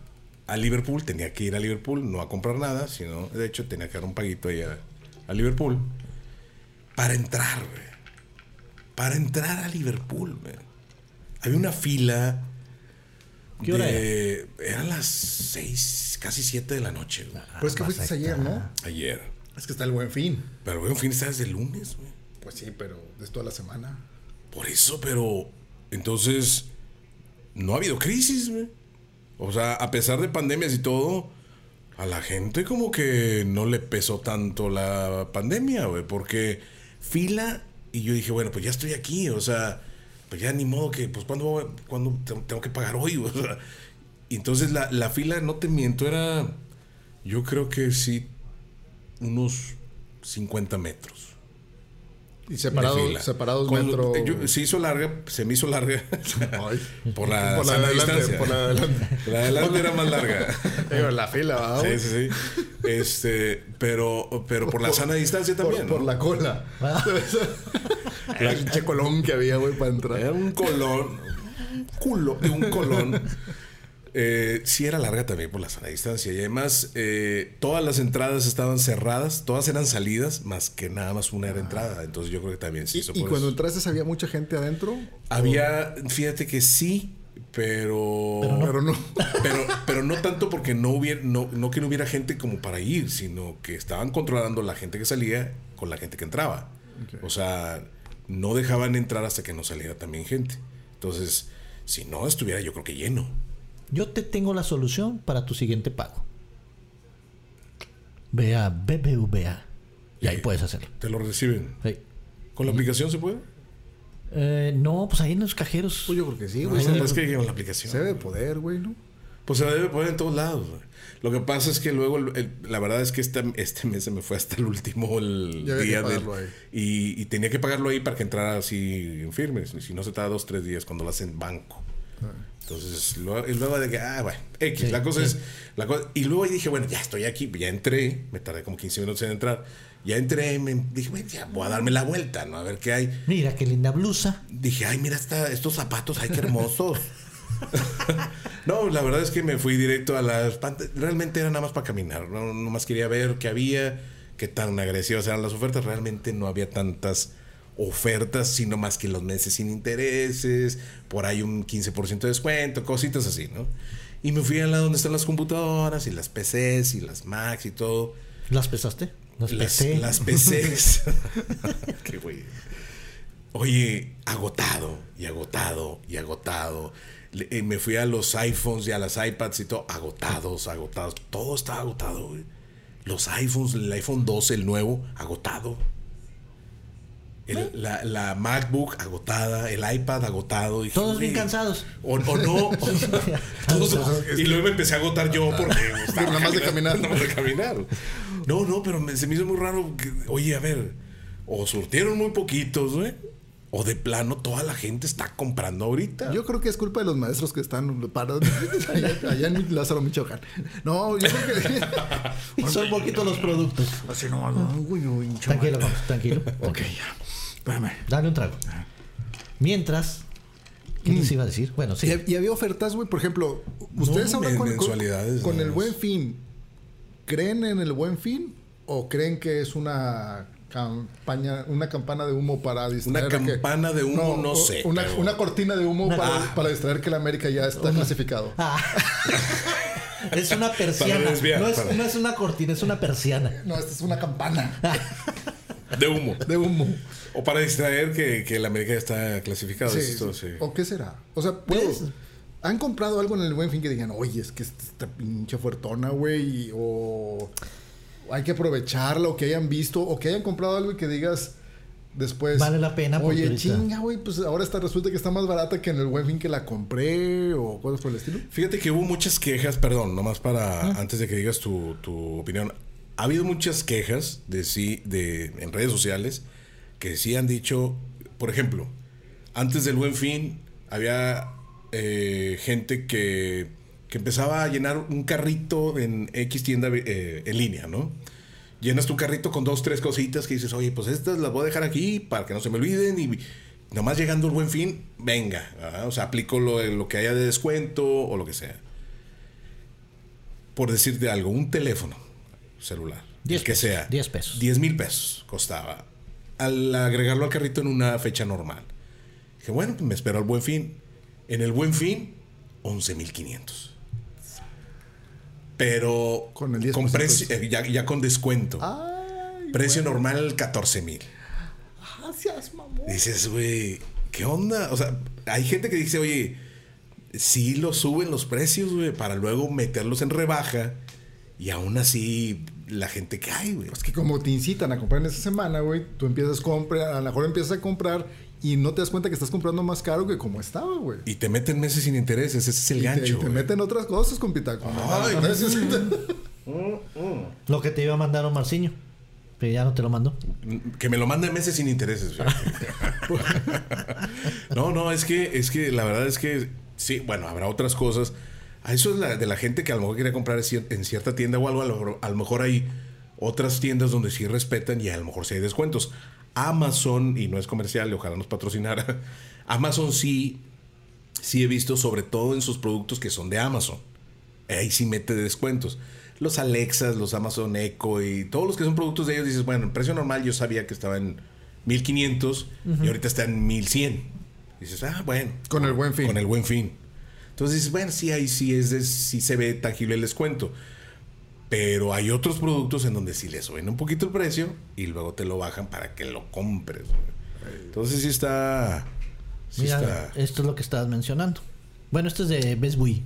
Speaker 1: a Liverpool, tenía que ir a Liverpool, no a comprar nada, sino, de hecho, tenía que dar un paguito allá a Liverpool. para entrar, güey. Para entrar a Liverpool, güey. Había una fila.
Speaker 4: ¿Qué hora
Speaker 1: de- Eran las seis, casi siete de la noche, güey.
Speaker 3: Pues es que fuiste ayer, ¿no?
Speaker 1: Ayer.
Speaker 3: Es que está el buen fin.
Speaker 1: Pero, güey, un fin está desde el lunes, güey.
Speaker 3: Pues sí, pero es toda la semana.
Speaker 1: Por eso, pero entonces no ha habido crisis, güey. O sea, a pesar de pandemias y todo, a la gente como que no le pesó tanto la pandemia, güey, porque fila y yo dije, bueno, pues ya estoy aquí, o sea, pues ya ni modo que, pues cuando, voy- cuando te- tengo que pagar hoy, o sea. Y entonces la, la fila, no te miento, era, yo creo que sí, unos 50 metros.
Speaker 3: Y
Speaker 1: De
Speaker 3: separado,
Speaker 1: fila.
Speaker 3: separados
Speaker 1: Con-
Speaker 3: metro.
Speaker 1: eh, yo- se hizo larga, se me hizo larga.
Speaker 3: Ay.
Speaker 1: por la,
Speaker 3: por la de
Speaker 1: sana
Speaker 3: adelante,
Speaker 1: distancia.
Speaker 3: por la de adelante.
Speaker 1: La de adelante era más larga.
Speaker 3: Digo, la fila, ¿verdad?
Speaker 1: sí, sí, sí. Este, pero, pero por la sana distancia
Speaker 3: Por,
Speaker 1: también.
Speaker 3: por
Speaker 1: ¿no?
Speaker 3: la cola. el che colón que había, güey, para entrar.
Speaker 1: Era un colón, un culo de un colón. Eh, sí era larga también por la sana distancia. Y además, eh, todas las entradas estaban cerradas, todas eran salidas, más que nada más una era entrada. Entonces yo creo que también se
Speaker 3: Ah. Y,
Speaker 1: hizo
Speaker 3: y
Speaker 1: por
Speaker 3: cuando
Speaker 1: eso.
Speaker 3: entraste, ¿había mucha gente adentro?
Speaker 1: Había, fíjate que sí, pero...
Speaker 3: Pero no. Pues
Speaker 1: Pero, pero no tanto porque no hubiera, no, no que no hubiera gente como para ir, sino que estaban controlando la gente que salía con la gente que entraba.
Speaker 3: Ok.
Speaker 1: O sea, no dejaban entrar hasta que no saliera también gente. Entonces, si no estuviera yo creo que lleno.
Speaker 2: Yo te tengo la solución para tu siguiente pago. Ve a BBVA. Y ahí
Speaker 1: Sí.
Speaker 2: puedes hacerlo.
Speaker 1: Te lo reciben.
Speaker 2: Sí.
Speaker 1: ¿Con la aplicación se puede?
Speaker 2: Eh, no, pues ahí en los cajeros.
Speaker 3: Pues yo creo que sí,
Speaker 1: No,
Speaker 3: güey.
Speaker 1: no, es que con la aplicación.
Speaker 3: Se debe poder, güey, ¿no?
Speaker 1: Pues se la debe poner en todos lados. güey. Lo que pasa es que luego, el- el- la verdad es que esta- este mes se me fue hasta el último el
Speaker 3: Ya había que
Speaker 1: día del-
Speaker 3: pagarlo ahí.
Speaker 1: y, y tenía que pagarlo ahí para que entrara así en firme. Si si no se tarda dos, tres días cuando lo hacen banco. Entonces, luego, y luego de que, ah, bueno, X, la cosa es. La cosa, y luego dije, bueno, ya estoy aquí, ya entré, me tardé como 15 minutos en entrar. Ya entré, me dije, bueno, ya voy a darme la vuelta, ¿no? A ver qué hay.
Speaker 2: Mira qué linda blusa.
Speaker 1: Dije, ay, mira esta- estos zapatos, ay, qué hermosos. no, la verdad es que me fui directo a las pant- Realmente era nada más para caminar. No, más quería ver qué había, qué tan agresivas eran las ofertas. Realmente no había tantas ofertas, sino más que los meses sin intereses, por ahí un 15% de descuento, cositas así, ¿no? Y me fui a la donde están las computadoras y las PCs y las Macs y todo.
Speaker 2: ¿Las pesaste? Las,
Speaker 1: Las,
Speaker 2: pesé.
Speaker 1: las PCs. Qué güey. Oye, agotado y agotado y agotado. Le- eh, me fui a los iPhones y a las iPads y todo. Agotados, agotados. Todo estaba agotado, güey. Los iPhones, el iPhone 12, el nuevo, agotado. El- la, la MacBook agotada, el iPad agotado. Dije,
Speaker 2: Todos bien
Speaker 1: güey,
Speaker 2: cansados.
Speaker 1: O, o no. o- todos- y luego me empecé a agotar yo porque estaba
Speaker 3: Nada más de caminar.
Speaker 1: nada más de caminar. No, no, pero me- se me hizo muy raro. que- oye, a ver, o surtieron muy poquitos, güey. O de plano toda la gente está comprando ahorita.
Speaker 3: Yo creo que es culpa de los maestros que están parados allá, allá en Lázaro, Michoacán. No, yo creo que.
Speaker 2: Y son poquitos los productos.
Speaker 3: Así no, no, güey, no, hincho
Speaker 2: Tranquilo,
Speaker 3: madre.
Speaker 2: vamos, tranquilo.
Speaker 3: Ok, ya. Espérame.
Speaker 2: Dale un trago.
Speaker 1: Ah.
Speaker 2: Mientras. ¿Qué
Speaker 1: Mm.
Speaker 2: les iba a decir? Bueno, sí.
Speaker 3: Y, y había ofertas, güey, por ejemplo, ustedes
Speaker 1: No,
Speaker 3: ahora
Speaker 1: men-
Speaker 3: con, con,
Speaker 1: mensualidades,
Speaker 3: con
Speaker 1: nada
Speaker 3: el
Speaker 1: más.
Speaker 3: buen fin, ¿creen en el buen fin o creen que es una campaña, una campana de humo para distraer? que-
Speaker 1: campana de humo, no sé,
Speaker 3: Una,
Speaker 1: pero-
Speaker 3: una cortina de humo para,
Speaker 1: Ah.
Speaker 3: para distraer que la América ya está clasificado.
Speaker 2: Ah. es una persiana.
Speaker 1: Para desviar,
Speaker 2: no, es,
Speaker 1: para-
Speaker 2: no es una cortina, es una persiana.
Speaker 3: No, esta es una campana
Speaker 1: De humo.
Speaker 3: de humo.
Speaker 1: O para distraer que, que la América ya está clasificada.
Speaker 3: Sí,
Speaker 1: esto,
Speaker 3: sí.
Speaker 1: sí.
Speaker 3: ¿O qué será? O sea, puedo-
Speaker 2: Pues-
Speaker 3: ¿Han comprado algo en el buen fin que digan, oye, es que esta, esta pinche fuertona, güey, y- o hay que aprovecharla, o que hayan visto, o que hayan comprado algo y que digas después.
Speaker 2: Vale la pena porque
Speaker 3: Oye,
Speaker 2: ahorita-
Speaker 3: chinga, güey, pues ahora está, resulta que está más barata que en el buen fin que la compré, o cosas por el estilo.
Speaker 1: Fíjate que hubo muchas quejas, perdón, nomás para antes de que digas tu, tu opinión. Ha habido muchas quejas de sí, de, en redes sociales que sí han dicho, por ejemplo, antes del buen fin había eh, gente que, que empezaba a llenar un carrito en X tienda eh, en línea, ¿no? llenas tu carrito con dos, tres cositas que dices, oye, pues estas las voy a dejar aquí para que no se me olviden y nomás llegando el buen fin, venga, ¿verdad? o sea, aplico lo, lo que haya de descuento o lo que sea. Por decirte algo, un teléfono celular,
Speaker 2: Diez
Speaker 1: el que
Speaker 2: pesos,
Speaker 1: sea,
Speaker 2: diez pesos.
Speaker 1: 10 mil pesos costaba al agregarlo al carrito en una fecha normal. Dije, bueno, pues me espero al buen fin. En el buen fin, 11,500. Pero
Speaker 3: Con el 10%
Speaker 1: precio- eh, ya, ya con descuento.
Speaker 3: Ay,
Speaker 1: precio normal, 14,000.
Speaker 3: gracias, mamón.
Speaker 1: Dices, güey, ¿qué onda? O sea, hay gente que dice, oye, sí lo suben los precios, güey, para luego meterlos en rebaja. Y aún así, la gente que hay, güey.
Speaker 3: Es Pues que como te incitan a comprar en esa semana, güey, tú empiezas a comprar, a lo mejor empiezas a comprar y no te das cuenta que estás comprando más caro que como estaba, güey.
Speaker 1: Y te meten meses sin intereses, ese es el
Speaker 3: Y te-
Speaker 1: gancho.
Speaker 3: y te,
Speaker 1: güey.
Speaker 3: meten otras cosas, compita. como-
Speaker 1: Ay,
Speaker 3: Entonces,
Speaker 2: Lo que te iba a mandar un Marciño. Pero ya no te lo mandó.
Speaker 1: Que me lo manden meses sin intereses. güey. no, no, es que, es que la verdad es que sí, bueno, habrá otras cosas. A eso es la, de la gente que a lo mejor quiere comprar en cier- en cierta tienda o algo. A lo, mejor- a lo mejor hay otras tiendas donde sí respetan y a lo mejor sí hay descuentos. Amazon, y no es comercial, y ojalá nos patrocinara. Amazon sí, sí he visto, sobre todo en sus productos que son de Amazon. Ahí sí mete descuentos. Los Alexas, los Amazon Echo y todos los que son productos de ellos, dices, bueno, el precio normal yo sabía que estaba en 1500 y ahorita está en 1100. Dices, ah, bueno.
Speaker 3: Con el buen fin.
Speaker 1: Con el buen fin. Entonces dices, bueno, sí, ahí sí, es de- sí se ve tangible el descuento. Pero hay otros productos en donde sí le suben un poquito el precio y luego te lo bajan para que lo compres. güey. Entonces sí está. Sí
Speaker 2: Mira, eh,
Speaker 1: está.
Speaker 2: esto es lo que estabas mencionando. Bueno, esto es de Best Buy.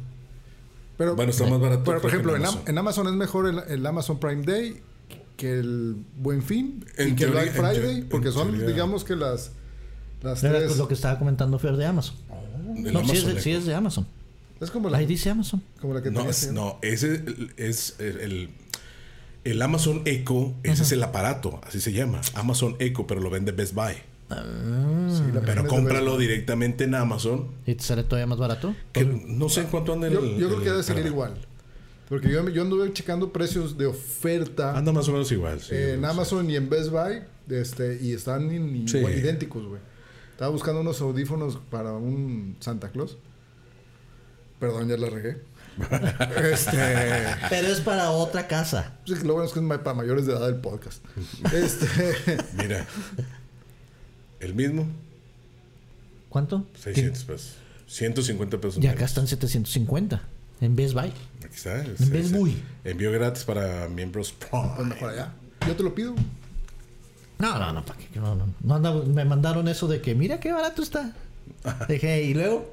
Speaker 3: pero,
Speaker 1: Bueno, está más barato.
Speaker 3: pero, por
Speaker 1: creo que
Speaker 3: ejemplo, en, Am- en Amazon es mejor el, el Amazon Prime Day que el Buen Fin
Speaker 1: En
Speaker 3: y que
Speaker 1: teoría-
Speaker 3: el Black
Speaker 1: en teo-
Speaker 3: Friday,
Speaker 1: en
Speaker 3: porque son,
Speaker 1: teoría.
Speaker 3: digamos que las, las
Speaker 2: Era
Speaker 3: tres.
Speaker 2: pues lo que estaba comentando Fer de Amazon.
Speaker 1: Del
Speaker 2: no, sí, es
Speaker 1: Amazon
Speaker 2: de, sí
Speaker 1: Echo.
Speaker 2: es de Amazon.
Speaker 3: Es como la,
Speaker 2: Ahí dice Amazon.
Speaker 3: como la que
Speaker 1: No,
Speaker 3: tenías,
Speaker 1: es,
Speaker 3: ¿eh?
Speaker 1: no, ese es el, el- el Amazon Echo, ese es el aparato, así se llama. Amazon Echo, pero lo vende Best Buy.
Speaker 3: Sí, la página es
Speaker 1: Pero
Speaker 3: de
Speaker 1: cómpralo directamente en Amazon.
Speaker 2: ¿Y te sale todavía más barato?
Speaker 1: Que no sé en cuánto anda el.
Speaker 3: Yo, yo creo que
Speaker 1: el-
Speaker 3: debe salir igual. Porque yo, yo anduve checando precios de
Speaker 2: Ah,
Speaker 3: oferta
Speaker 1: Anda más o menos igual. sí,
Speaker 3: en
Speaker 1: no sé.
Speaker 3: Amazon y en Best Buy este, y están in-
Speaker 1: Sí.
Speaker 3: igual- idénticos, güey. Estaba buscando unos audífonos para un Santa Claus. Perdón, ya la regué. este,
Speaker 2: Pero es para otra casa.
Speaker 3: pues, lo bueno es que es ma- para mayores de edad del podcast. Este,
Speaker 1: Mira. El mismo,
Speaker 2: ¿Cuánto?
Speaker 1: 600 pesos. 150 pesos.
Speaker 2: Y
Speaker 1: menos.
Speaker 2: acá están 750 en Best Buy.
Speaker 1: Aquí está. es-
Speaker 2: En Best
Speaker 1: es-
Speaker 2: Buy.
Speaker 1: Envío gratis para miembros. Prime.
Speaker 3: pues mejor allá. Yo te lo pido.
Speaker 2: No, no, no, ¿para qué? No, no, no anda- me mandaron eso de que mira qué barato está. Dije, ¿y luego?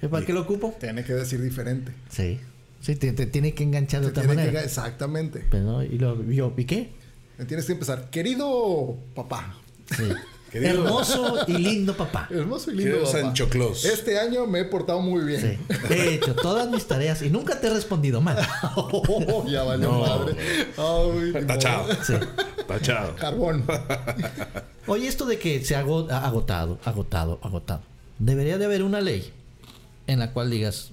Speaker 2: ¿Y ¿Para qué lo ocupo?
Speaker 3: Tiene que decir diferente.
Speaker 2: Sí. Sí, te, te tiene que enganchar de
Speaker 3: Te
Speaker 2: otra
Speaker 3: tiene que-
Speaker 2: manera.
Speaker 3: exactamente.
Speaker 2: Pero, no, y luego yo, ¿y qué?
Speaker 3: Tienes que empezar. Querido papá,
Speaker 2: Sí.
Speaker 1: Querido-
Speaker 2: Hermoso y lindo papá.
Speaker 3: Hermoso y lindo.
Speaker 1: Querido
Speaker 3: papá.
Speaker 1: Sancho Claus.
Speaker 3: Este año me he portado muy bien.
Speaker 2: Sí. De hecho, todas mis tareas y nunca te he respondido mal.
Speaker 3: Oh, ya valió
Speaker 1: No.
Speaker 3: madre. Ay, ni
Speaker 1: Tachado.
Speaker 3: modo.
Speaker 2: Sí.
Speaker 1: Tachado.
Speaker 3: Carbón.
Speaker 2: Oye, esto de que se ha ago- ha agotado, agotado, agotado. Debería de haber una ley en la cual digas,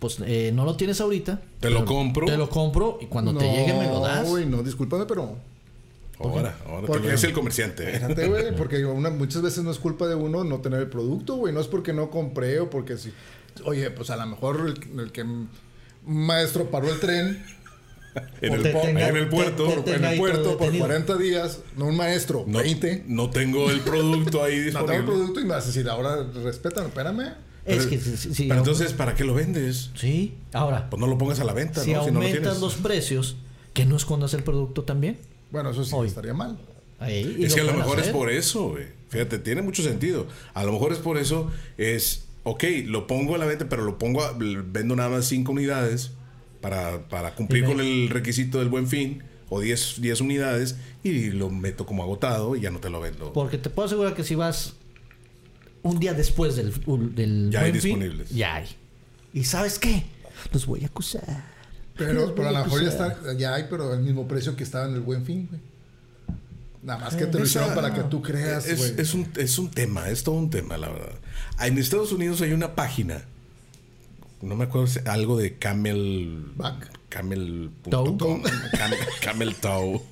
Speaker 2: pues eh, no lo tienes ahorita.
Speaker 1: Te lo compro.
Speaker 2: Te lo compro y cuando te llegue me lo das.
Speaker 3: Uy, no, discúlpame, pero.
Speaker 1: Ahora, ahora te
Speaker 3: ¿Por
Speaker 1: lo
Speaker 3: qué?
Speaker 1: dice el comerciante. ¿eh?
Speaker 3: Espérate, güey, porque una- muchas veces no es culpa de uno no tener el producto, güey. No es porque no compré o porque sí. Oye, pues a lo mejor el, el que m- maestro paró el tren
Speaker 1: En el,
Speaker 2: Te
Speaker 1: po-
Speaker 2: tenga-
Speaker 1: en el
Speaker 2: te-
Speaker 1: puerto.
Speaker 2: te- te-
Speaker 3: en
Speaker 2: Tenga
Speaker 3: el
Speaker 2: ahí
Speaker 3: puerto
Speaker 2: todo
Speaker 3: por
Speaker 2: detenido.
Speaker 3: 40 días, no un maestro,
Speaker 1: No,
Speaker 3: 20.
Speaker 1: no tengo el producto ahí
Speaker 3: No tengo
Speaker 1: disponible.
Speaker 3: el producto y me vas a decir, ahora respétame, espérame.
Speaker 2: Es que si, si- si-
Speaker 1: Pero entonces, ¿para qué lo vendes?
Speaker 2: sí, ahora,
Speaker 1: Pues no lo pongas a la venta,
Speaker 2: si
Speaker 1: ¿no? Si no lo
Speaker 2: aumentas
Speaker 1: tienes.
Speaker 2: los precios, que no escondas el producto también.
Speaker 3: Bueno, eso sí
Speaker 2: Oye.
Speaker 3: estaría mal.
Speaker 2: Ahí, y
Speaker 1: Es que a lo
Speaker 2: pueden
Speaker 1: mejor es
Speaker 2: hacer.
Speaker 1: por eso, güey. Fíjate, tiene mucho sentido. A lo mejor es por eso, es, ok, lo pongo a la venta, pero lo pongo, a- vendo nada más 5 unidades para, para cumplir
Speaker 2: Y ve-
Speaker 1: con el requisito del buen fin, o 10 10 unidades, y lo meto como agotado y ya no te lo vendo.
Speaker 2: Porque te puedo asegurar que si vas un día después del, del
Speaker 1: Ya hay
Speaker 2: Buen Fin,
Speaker 1: disponibles.
Speaker 2: Ya hay. ¿Y sabes qué? Los voy a acusar.
Speaker 3: Pero,
Speaker 2: Los
Speaker 3: pero
Speaker 2: voy
Speaker 3: a lo mejor ya,
Speaker 2: acusar.
Speaker 3: está, ya hay, pero el mismo precio que estaba en el buen fin, güey. Nada
Speaker 2: Eh,
Speaker 3: más que te lo
Speaker 1: Esa-
Speaker 3: hicieron para que tú creas,
Speaker 1: es,
Speaker 3: güey.
Speaker 1: es un, es un tema, es todo un tema, la verdad. En Estados Unidos hay una página, no me acuerdo, si- algo de Camel...
Speaker 3: Back.
Speaker 1: Camel.com. Cam- Camel Tow.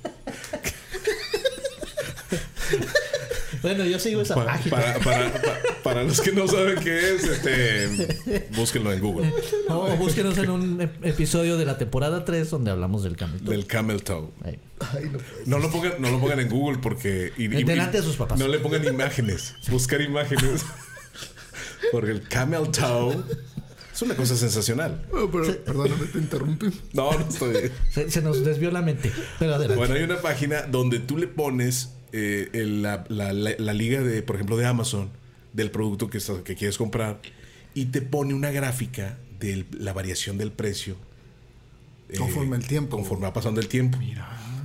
Speaker 2: Bueno, yo sigo esa
Speaker 1: Pa-
Speaker 2: página.
Speaker 1: para, para- pa- para los que no saben qué es, este, búsquenlo en Google.
Speaker 2: O, o búsquenos en un ep- episodio de la temporada 3 donde hablamos del cambio.
Speaker 1: Del Camel Toe.
Speaker 2: Ahí.
Speaker 1: No lo pongan, no lo pongan en Google porque. y- y-
Speaker 2: Delante de sus papás.
Speaker 1: No le pongan imágenes. Buscar imágenes. Porque el Camel Toe es una cosa sensacional.
Speaker 3: Oh, pero, perdóname, te interrumpí.
Speaker 1: No, no estoy.
Speaker 2: Se, se nos desvió la mente. Pero adelante.
Speaker 1: Bueno, hay una página donde tú le pones eh, el- la, la- la- la liga de, por ejemplo, de Amazon, del producto que, estás- que quieres comprar, y te pone una gráfica de la variación del precio. eh,
Speaker 3: Conforme el tiempo.
Speaker 1: Conforme va pasando el tiempo.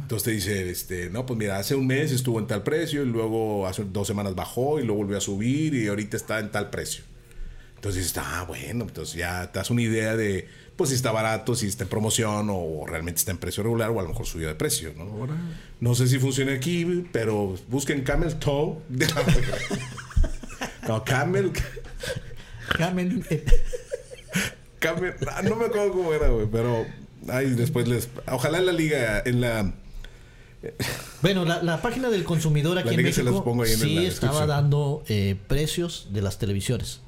Speaker 1: Entonces te dice, este, no, pues mira, hace un mes estuvo en tal precio, y luego hace dos semanas bajó, y luego volvió a subir, y ahorita está en tal precio. Entonces dices, ah, bueno, entonces ya te das una idea de, pues si está barato, si está en promoción o, realmente está en precio regular o a lo mejor subió de precio, ¿no? No sé si funciona aquí, pero busquen Camel Toe. no, Camel,
Speaker 2: Carmen, eh,
Speaker 1: Camel, ah, no me acuerdo cómo era, güey, pero ay, después les, ojalá en la liga, en la,
Speaker 2: bueno, la, la página del consumidor aquí
Speaker 1: La
Speaker 2: en
Speaker 1: liga se las
Speaker 2: México
Speaker 1: pongo ahí en la
Speaker 2: sí estaba
Speaker 1: descripción.
Speaker 2: dando eh, precios de las televisiones.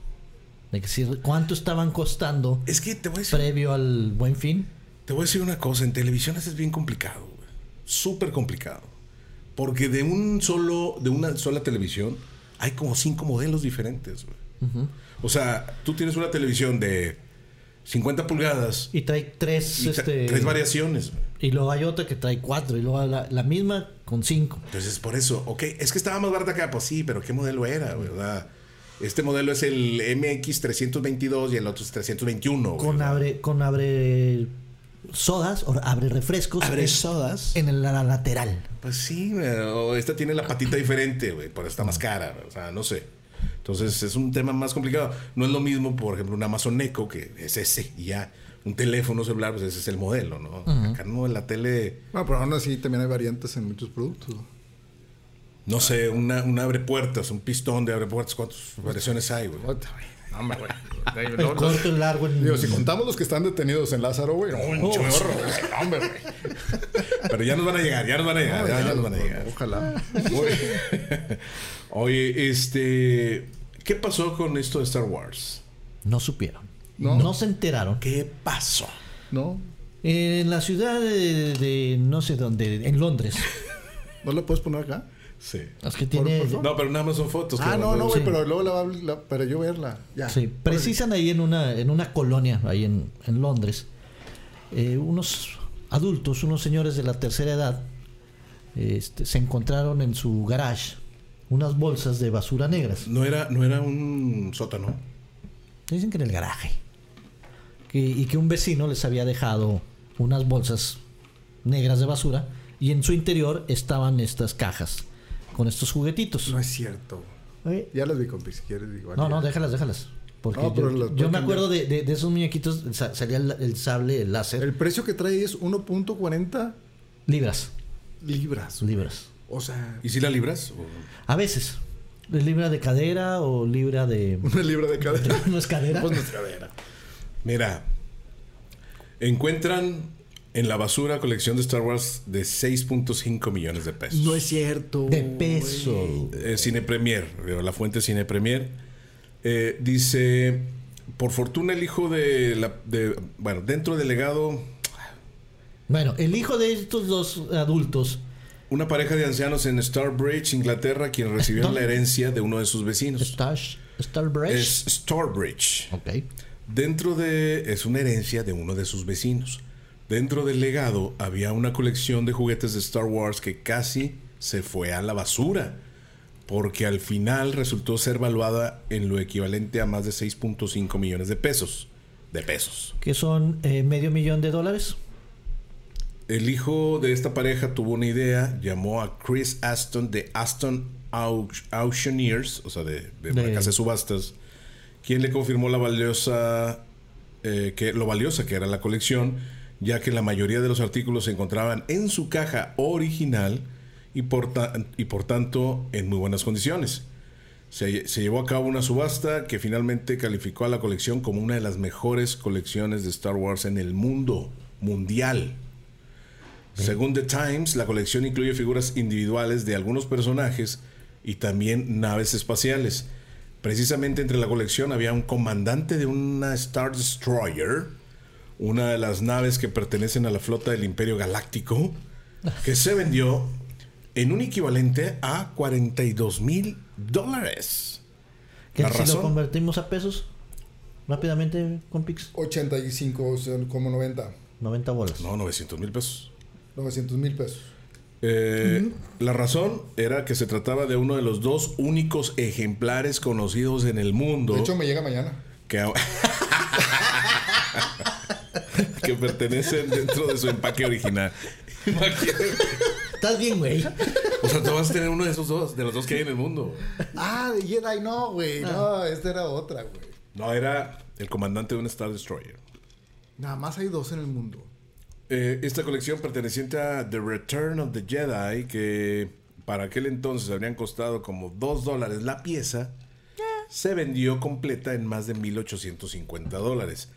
Speaker 2: De que sí, cuánto estaban costando
Speaker 1: es que te voy a decir,
Speaker 2: previo al buen fin.
Speaker 1: te voy a decir una cosa, en televisión es bien complicado, güey, súper complicado, porque de un solo, de una sola televisión hay como cinco modelos diferentes, güey. O sea, tú tienes una televisión de 50 pulgadas
Speaker 2: Y trae tres,
Speaker 1: y tra-
Speaker 2: este,
Speaker 1: tres variaciones. güey.
Speaker 2: Y luego hay otra que trae cuatro. Y luego la, la misma con cinco.
Speaker 1: Entonces, por eso, ok, es que estaba más barata acá, pues sí, pero ¿qué modelo era, verdad? Este modelo es el MX322 y el otro es 321. güey,
Speaker 2: Con
Speaker 1: ¿verdad?
Speaker 2: abre, con abre sodas o abre refrescos.
Speaker 1: Abre
Speaker 2: en-
Speaker 1: sodas.
Speaker 2: En el- la lateral.
Speaker 1: Pues sí, pero esta tiene la patita diferente, güey, pero está más cara, o sea, no sé. Entonces es un tema más complicado. No es lo mismo, por ejemplo, un Amazon Echo, que es ese, y ya. Un teléfono celular, pues ese es el modelo, ¿no? Acá no, la tele,
Speaker 3: Bueno, pero aún así también hay variantes en muchos productos.
Speaker 1: no sé, una, una abre puertas, un pistón de abre puertas, ¿cuántas variaciones hay, güey?
Speaker 3: Puta, güey. No, hombre, güey.
Speaker 2: El corto, el largo. el-
Speaker 3: Digo, si contamos los que están detenidos en Lázaro, güey, no, un
Speaker 1: Oh,
Speaker 3: chorro, güey. No, hombre, güey.
Speaker 1: Pero ya nos van a llegar, ya nos van a llegar, ya, ya nos van a llegar.
Speaker 3: Ojalá.
Speaker 1: Oye, Oye, este. ¿Qué pasó con esto de Star Wars?
Speaker 2: No supieron. No,
Speaker 3: No.
Speaker 2: se enteraron.
Speaker 1: ¿Qué pasó?
Speaker 3: No,
Speaker 2: En la ciudad de, de no sé dónde, en Londres.
Speaker 3: ¿no la puedes poner acá?
Speaker 1: Sí.
Speaker 2: las que tiene.
Speaker 3: por favor.
Speaker 1: No, pero nada más son fotos.
Speaker 3: Ah,
Speaker 1: claro.
Speaker 3: no, no, güey,
Speaker 2: Sí.
Speaker 3: pero luego la va a... la- para yo verla. Ya.
Speaker 2: Sí, precisan ahí en una, en una colonia, ahí en, en Londres, eh, unos adultos, unos señores de la tercera edad, este, se encontraron en su garage unas bolsas de basura negras.
Speaker 1: No era, no era un sótano.
Speaker 2: Dicen que en el garaje. Que- y que un vecino les había dejado unas bolsas negras de basura y en su interior estaban estas cajas con estos juguetitos.
Speaker 3: No es cierto.
Speaker 2: Eh,
Speaker 3: Ya las vi, compi, si quieres. Igual
Speaker 2: No, no,
Speaker 3: Ya.
Speaker 2: déjalas, déjalas. Porque
Speaker 3: No, pero
Speaker 2: yo,
Speaker 3: las
Speaker 2: yo
Speaker 3: puedo
Speaker 2: me
Speaker 3: cambiar.
Speaker 2: acuerdo de, de- de esos muñequitos, sa- salía el, el sable, el láser.
Speaker 3: El precio que trae es 1.40
Speaker 2: Libras,
Speaker 3: libras.
Speaker 2: libras.
Speaker 3: O sea,
Speaker 1: ¿Y si la libras? O-
Speaker 2: A veces. ¿Es libra de cadera o libra de...
Speaker 3: una libra de cadera.
Speaker 2: no es cadera?
Speaker 3: Pues nuestra cadera.
Speaker 1: Mira. Encuentran en la basura colección de Star Wars de 6.5 millones de pesos.
Speaker 3: No es cierto.
Speaker 2: de peso.
Speaker 1: Eh, Cine Premier, digo, la fuente Cine Premier. Eh, dice, por fortuna el hijo de la... de- bueno, dentro del legado,
Speaker 2: Bueno, el hijo de estos dos adultos...
Speaker 1: una pareja de ancianos en Starbridge, Inglaterra, quien recibió la herencia de uno de sus vecinos.
Speaker 2: Stash, Starbresh.
Speaker 1: Es Starbridge.
Speaker 2: Ok.
Speaker 1: Dentro de... es una herencia de uno de sus vecinos. Dentro del legado había una colección de juguetes de Star Wars que casi se fue a la basura. Porque al final resultó ser valuada en lo equivalente a más de 6.5 millones de pesos. De pesos.
Speaker 2: Que son eh, medio millón de dólares.
Speaker 1: El hijo de esta pareja tuvo una idea, llamó a Chris Aston de Aston Au- Auctioneers, o sea, de, de una
Speaker 2: De-
Speaker 1: casa de subastas, quien le confirmó la valiosa, eh, que, lo valiosa que era la colección, ya que la mayoría de los artículos se encontraban en su caja original y por, ta- y por tanto en muy buenas condiciones. Se, se llevó a cabo una subasta que finalmente calificó a la colección como una de las mejores colecciones de Star Wars en el mundo mundial. Según The Times, la colección incluye figuras individuales de algunos personajes y también naves espaciales. Precisamente entre la colección había un comandante de una Star Destroyer, una de las naves que pertenecen a la flota del Imperio Galáctico, que se vendió en un equivalente a 42 mil dólares.
Speaker 2: ¿Qué si razón? lo convertimos a pesos? Rápidamente, con Pix.
Speaker 3: 85, o sea, como 90.
Speaker 2: 90 bolas.
Speaker 1: No, 900 mil pesos.
Speaker 3: 900 mil pesos.
Speaker 1: Eh, uh -huh. La razón era que se trataba de uno de los dos únicos ejemplares conocidos en el mundo.
Speaker 3: De hecho, me llega mañana.
Speaker 1: Que, que pertenecen dentro de su empaque original. Imagínate.
Speaker 2: Estás bien, güey.
Speaker 1: O sea, tú vas a tener uno de esos dos, de los dos que hay en el mundo.
Speaker 3: Ah, de Jedi no, güey.
Speaker 2: Ah.
Speaker 3: No, no esta era otra, güey.
Speaker 1: No, era el comandante de un Star Destroyer.
Speaker 3: Nada más hay dos en el mundo.
Speaker 1: Eh, esta colección perteneciente a The Return of the Jedi, que para aquel entonces habrían costado como 2 dólares la pieza, yeah. se vendió completa en más de 1850 dólares.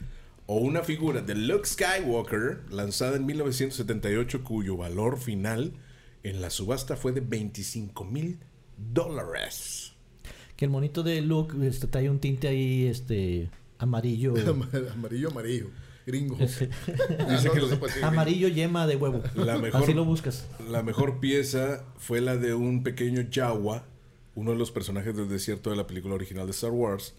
Speaker 1: O una figura de Luke Skywalker, lanzada en 1978, cuyo valor final en la subasta fue de 25 mil dólares.
Speaker 2: Que el monito de Luke este, trae un tinte ahí este amarillo.
Speaker 3: amarillo, amarillo gringo.
Speaker 2: ah, no, no decir, amarillo yema de huevo. La mejor, Así lo buscas.
Speaker 1: La mejor pieza fue la de un pequeño Jawa, uno de los personajes del desierto de la película original de Star Wars.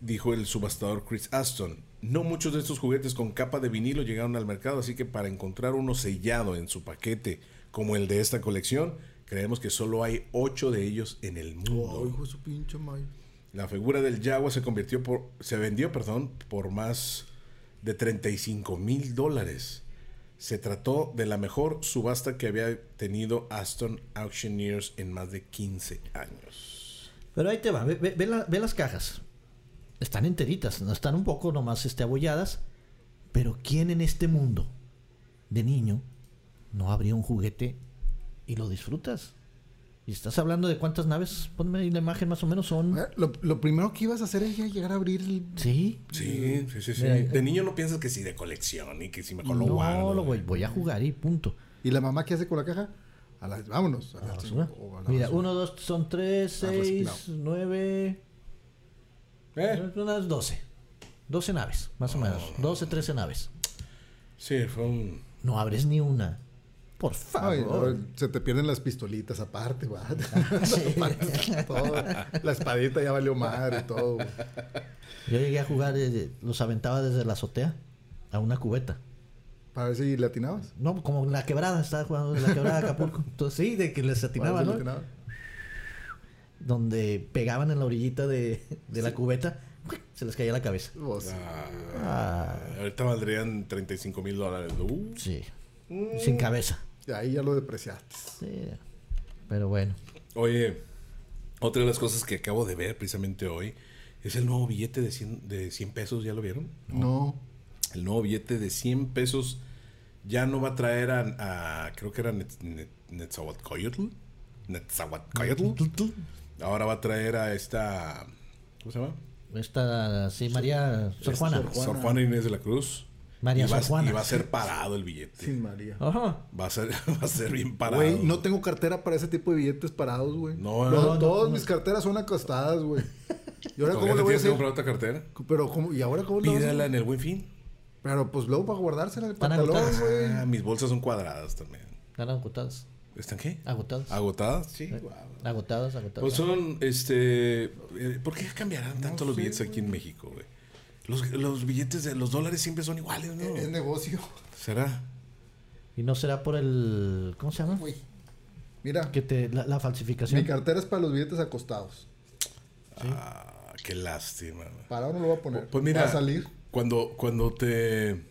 Speaker 1: Dijo el subastador Chris Aston. No muchos de estos juguetes con capa de vinilo llegaron al mercado, así que para encontrar uno sellado en su paquete como el de esta colección, creemos que solo hay ocho de ellos en el mundo.
Speaker 3: Oh, hijo de su pinche madre.
Speaker 1: La figura del Yagua se convirtió por, se vendió, perdón, por más de 35 mil dólares. Se trató de la mejor subasta que había tenido Aston Auctioneers en más de 15 años.
Speaker 2: Pero ahí te va, ve, ve, ve, la, ve las cajas. Están enteritas, no están un poco nomás este, abolladas. Pero ¿quién en este mundo de niño no abrió un juguete y lo disfrutas? Y estás hablando de cuántas naves, ponme ahí la imagen más o menos son.
Speaker 3: Eh, Lo, lo primero que ibas a hacer es llegar a abrir el.
Speaker 2: Sí.
Speaker 1: Sí, sí, sí. sí. Mira, de niño no piensas que sí de colección y que si mejor lo no, guardo. eh.
Speaker 2: No, lo voy, voy a jugar y punto.
Speaker 3: ¿Y la mamá qué hace con la caja? A las, vámonos. A
Speaker 2: la las, o Ah, a la Pues Ah, Mira, basura. uno, dos, son tres, seis, nueve. ¿Eh? Oh. Unas doce. Doce naves, más o menos. Doce, trece naves.
Speaker 1: Sí, fue un.
Speaker 2: No abres ni una. Por favor. Ah, Ay, no,
Speaker 3: Ah, se te pierden las pistolitas aparte, va. la espadita ya valió madre y todo.
Speaker 2: Yo llegué a jugar, eh, los aventaba desde la azotea a una cubeta.
Speaker 3: ¿Para ver si le atinabas?
Speaker 2: No, como la quebrada, estaba jugando de la quebrada de Acapulco. Entonces, sí, de que les atinaba, ¿no? Atinaba? Donde pegaban en la orillita de, de sí. la cubeta, se les caía la cabeza.
Speaker 1: Ah, ah. Ahorita valdrían 35 mil dólares. Uh.
Speaker 2: Sí. Mm. Sin cabeza.
Speaker 3: Ahí ya lo depreciaste.
Speaker 2: Sí, pero bueno.
Speaker 1: Oye, otra de las cosas que acabo de ver precisamente hoy es el nuevo billete de 100, de 100 pesos. ¿Ya lo vieron?
Speaker 3: No. no.
Speaker 1: El nuevo billete de 100 pesos ya no va a traer a. a creo que era Net, Net, Netzahuatcoyotl. Netzahuatcoyotl. Ahora va a traer a esta. ¿Cómo se llama?
Speaker 2: Esta, sí, María Sor, Sor Juana.
Speaker 1: Este Sor Juana. Sor Juana Inés de la Cruz.
Speaker 2: María
Speaker 1: y va,
Speaker 2: Juana.
Speaker 1: Y va a ser parado el billete.
Speaker 3: Sin María.
Speaker 1: Ajá. Va a ser, va a ser bien parado.
Speaker 3: Güey, no tengo cartera para ese tipo de billetes parados, güey. No, no, no, Todas no, mis carteras son acostadas, güey.
Speaker 1: ¿Y ahora cómo le voy a hacer? comprar otra cartera?
Speaker 3: Pero, ¿cómo? ¿y ahora cómo
Speaker 1: Pídala lo en el buen fin.
Speaker 3: Pero, pues, luego para guardársela en el pantalón, güey.
Speaker 1: Ah, mis bolsas son cuadradas también.
Speaker 2: Están Eh, agotadas.
Speaker 1: ¿Están qué?
Speaker 2: Agotadas.
Speaker 1: ¿Agotadas? Ah. Sí,
Speaker 2: wow. Agotadas, agotadas.
Speaker 1: Pues son, este... Eh, ¿Por qué cambiarán tanto los billetes aquí en México, güey? Los, los, billetes de los dólares siempre son iguales, ¿no?
Speaker 3: E-, Es negocio.
Speaker 1: ¿Será?
Speaker 2: ¿Y no será por el. ¿Cómo se llama? Uy.
Speaker 3: Mira.
Speaker 2: Que te, la, la, falsificación.
Speaker 3: Mi cartera es para los billetes acostados.
Speaker 1: ¿Sí? Ah, qué lástima.
Speaker 3: Para uno lo voy a poner.
Speaker 1: Pues mira.
Speaker 3: Va a salir.
Speaker 1: Cuando, cuando te.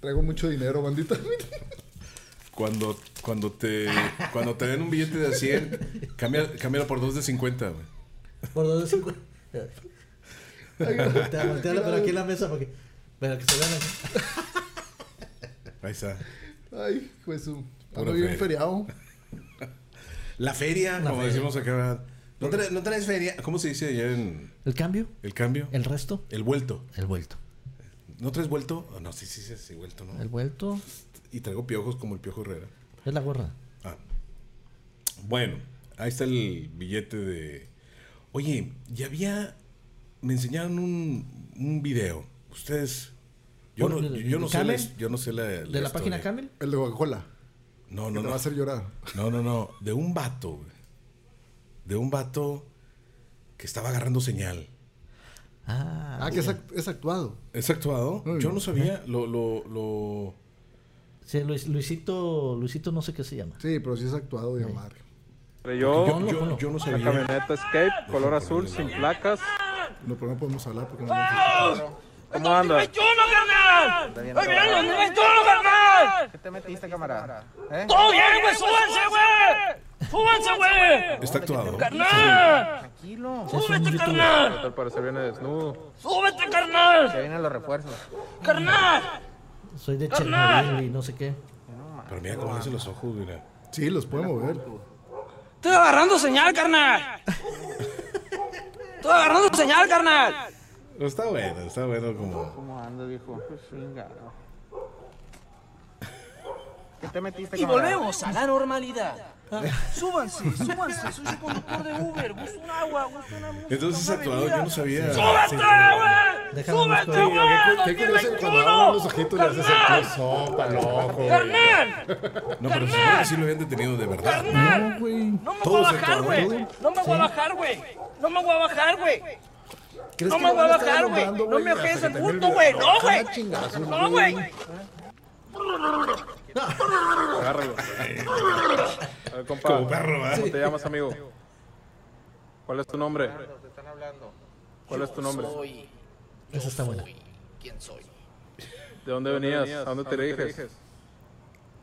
Speaker 3: Traigo mucho dinero, bandita.
Speaker 1: cuando, cuando te. Cuando te den un billete de 100, cámbialo, cámbialo por dos de 50, güey.
Speaker 2: Por dos de 50. Volteala, volteala, pero aquí en la mesa porque. Pero que se vean
Speaker 1: Ahí está.
Speaker 3: Ay, pues un. bien feriado.
Speaker 1: La feria, la como feria. decimos acá. ¿No, tra ¿No, traes feria? ¿Cómo se dice allá en.
Speaker 2: ¿El cambio?
Speaker 1: ¿El cambio?
Speaker 2: ¿El resto?
Speaker 1: El vuelto.
Speaker 2: El vuelto.
Speaker 1: ¿No traes vuelto? Oh, no, sí, sí, sí, sí, vuelto, ¿no?
Speaker 2: El vuelto.
Speaker 1: Y traigo piojos como el piojo Herrera.
Speaker 2: Es la gorra.
Speaker 1: Ah. Bueno, Ahí está el billete de. Oye, ya había. Me enseñaron un, un video. Ustedes. Yo no,
Speaker 2: Por-
Speaker 1: yo, yo no sé la,
Speaker 2: ¿Camel?
Speaker 1: yo no sé la.
Speaker 2: ¿De la, página
Speaker 1: historia.
Speaker 2: Camel?
Speaker 3: El de Coca-Cola.
Speaker 1: No,
Speaker 3: que
Speaker 1: no,
Speaker 3: te va a
Speaker 1: no.
Speaker 3: hacer llorar.
Speaker 1: No, no, no. De un vato, güey. De un vato que estaba agarrando señal.
Speaker 2: Ah,
Speaker 3: Ah, que es, act- es actuado.
Speaker 1: ¿Es actuado?
Speaker 3: Ay,
Speaker 1: Yo no sabía. Lo, lo, lo.
Speaker 2: sí, Luis- Luisito, Luisito no sé qué se llama.
Speaker 3: Sí, pero sí es actuado, ya madre.
Speaker 5: Yo,
Speaker 1: Yo,
Speaker 2: Ponlo,
Speaker 1: yo,
Speaker 2: ponlo.
Speaker 1: yo no
Speaker 5: la
Speaker 1: sabía.
Speaker 5: camioneta Escape, color azul, sin placas.
Speaker 3: No, pero no podemos hablar porque no nos-
Speaker 5: ¿Cómo anda?
Speaker 6: ¡Chulo, carnal! ¡Muy bien, los niños chulo, carnal!
Speaker 7: ¿Qué te metiste, camarada? ¿Eh?
Speaker 6: ¡Todo bien, güey! ¡Súbanse, güey! ¡Súbanse, güey!
Speaker 1: Está actuado.
Speaker 6: ¡Carnal!
Speaker 7: Tranquilo.
Speaker 2: Es un
Speaker 6: ¡Súbete,
Speaker 2: youtuber.
Speaker 6: este carnal!
Speaker 5: Al parecer viene desnudo.
Speaker 6: ¡Súbete, carnal!
Speaker 7: Ya vienen los refuerzos.
Speaker 6: ¡Carnal!
Speaker 2: Soy de
Speaker 6: ¡Carnal!
Speaker 2: Chernobyl y no sé qué.
Speaker 1: Pero mira cómo le hace los ojos, mira.
Speaker 3: Sí, los puede mover.
Speaker 6: Estoy agarrando señal, carnal. Estoy agarrando señal, carnal.
Speaker 1: Pero Está bueno, está bueno como.
Speaker 7: ¿Cómo andas, viejo? Chingado. ¿Qué te metiste,
Speaker 6: Y
Speaker 7: camarada?
Speaker 6: volvemos a la normalidad. Súbanse, súbanse. Soy su conductor de Uber. Gusto un agua, gusto una
Speaker 2: Pues,
Speaker 6: música.
Speaker 1: Entonces es
Speaker 6: una
Speaker 1: actuado,
Speaker 6: bebida.
Speaker 1: yo no sabía.
Speaker 6: ¡Súbete, güey!
Speaker 2: Déjame
Speaker 6: ¡Súbete,
Speaker 2: buscar.
Speaker 6: güey!
Speaker 3: ¿Qué
Speaker 6: ¡Dos mil
Speaker 3: curioso cuando
Speaker 6: veintiuno!
Speaker 3: abren los ojitos le haces el
Speaker 6: ¡Carnal!
Speaker 3: coso pa'l ojo, güey.
Speaker 6: ¡Carnal!
Speaker 1: No, pero se supone que sí lo habían detenido de verdad.
Speaker 6: ¡Carnal!
Speaker 3: Güey,
Speaker 6: No me voy a
Speaker 1: Todos
Speaker 6: bajar, güey.
Speaker 1: actuaron.
Speaker 6: No me voy a bajar, güey. No me voy a bajar, güey.
Speaker 3: ¿crees
Speaker 6: No
Speaker 3: que
Speaker 6: me
Speaker 3: van
Speaker 6: voy a
Speaker 3: estar
Speaker 6: bajar, güey.
Speaker 3: alumbrando,
Speaker 6: No me
Speaker 3: Hasta
Speaker 6: bajes
Speaker 3: que
Speaker 6: el
Speaker 3: termine
Speaker 6: punto,
Speaker 3: video.
Speaker 6: güey. No,
Speaker 3: Cada
Speaker 6: güey.
Speaker 3: chingazo,
Speaker 6: No, güey.
Speaker 5: Agárralo. A ver, compa.
Speaker 1: Como perro, ¿verdad?
Speaker 5: ¿Cómo te llamas, amigo? ¿Cuál es tu nombre?
Speaker 7: Te están hablando.
Speaker 5: ¿Cuál es tu nombre?
Speaker 2: Esa está buena.
Speaker 8: ¿Quién soy?
Speaker 5: ¿De dónde venías? ¿A dónde te diriges?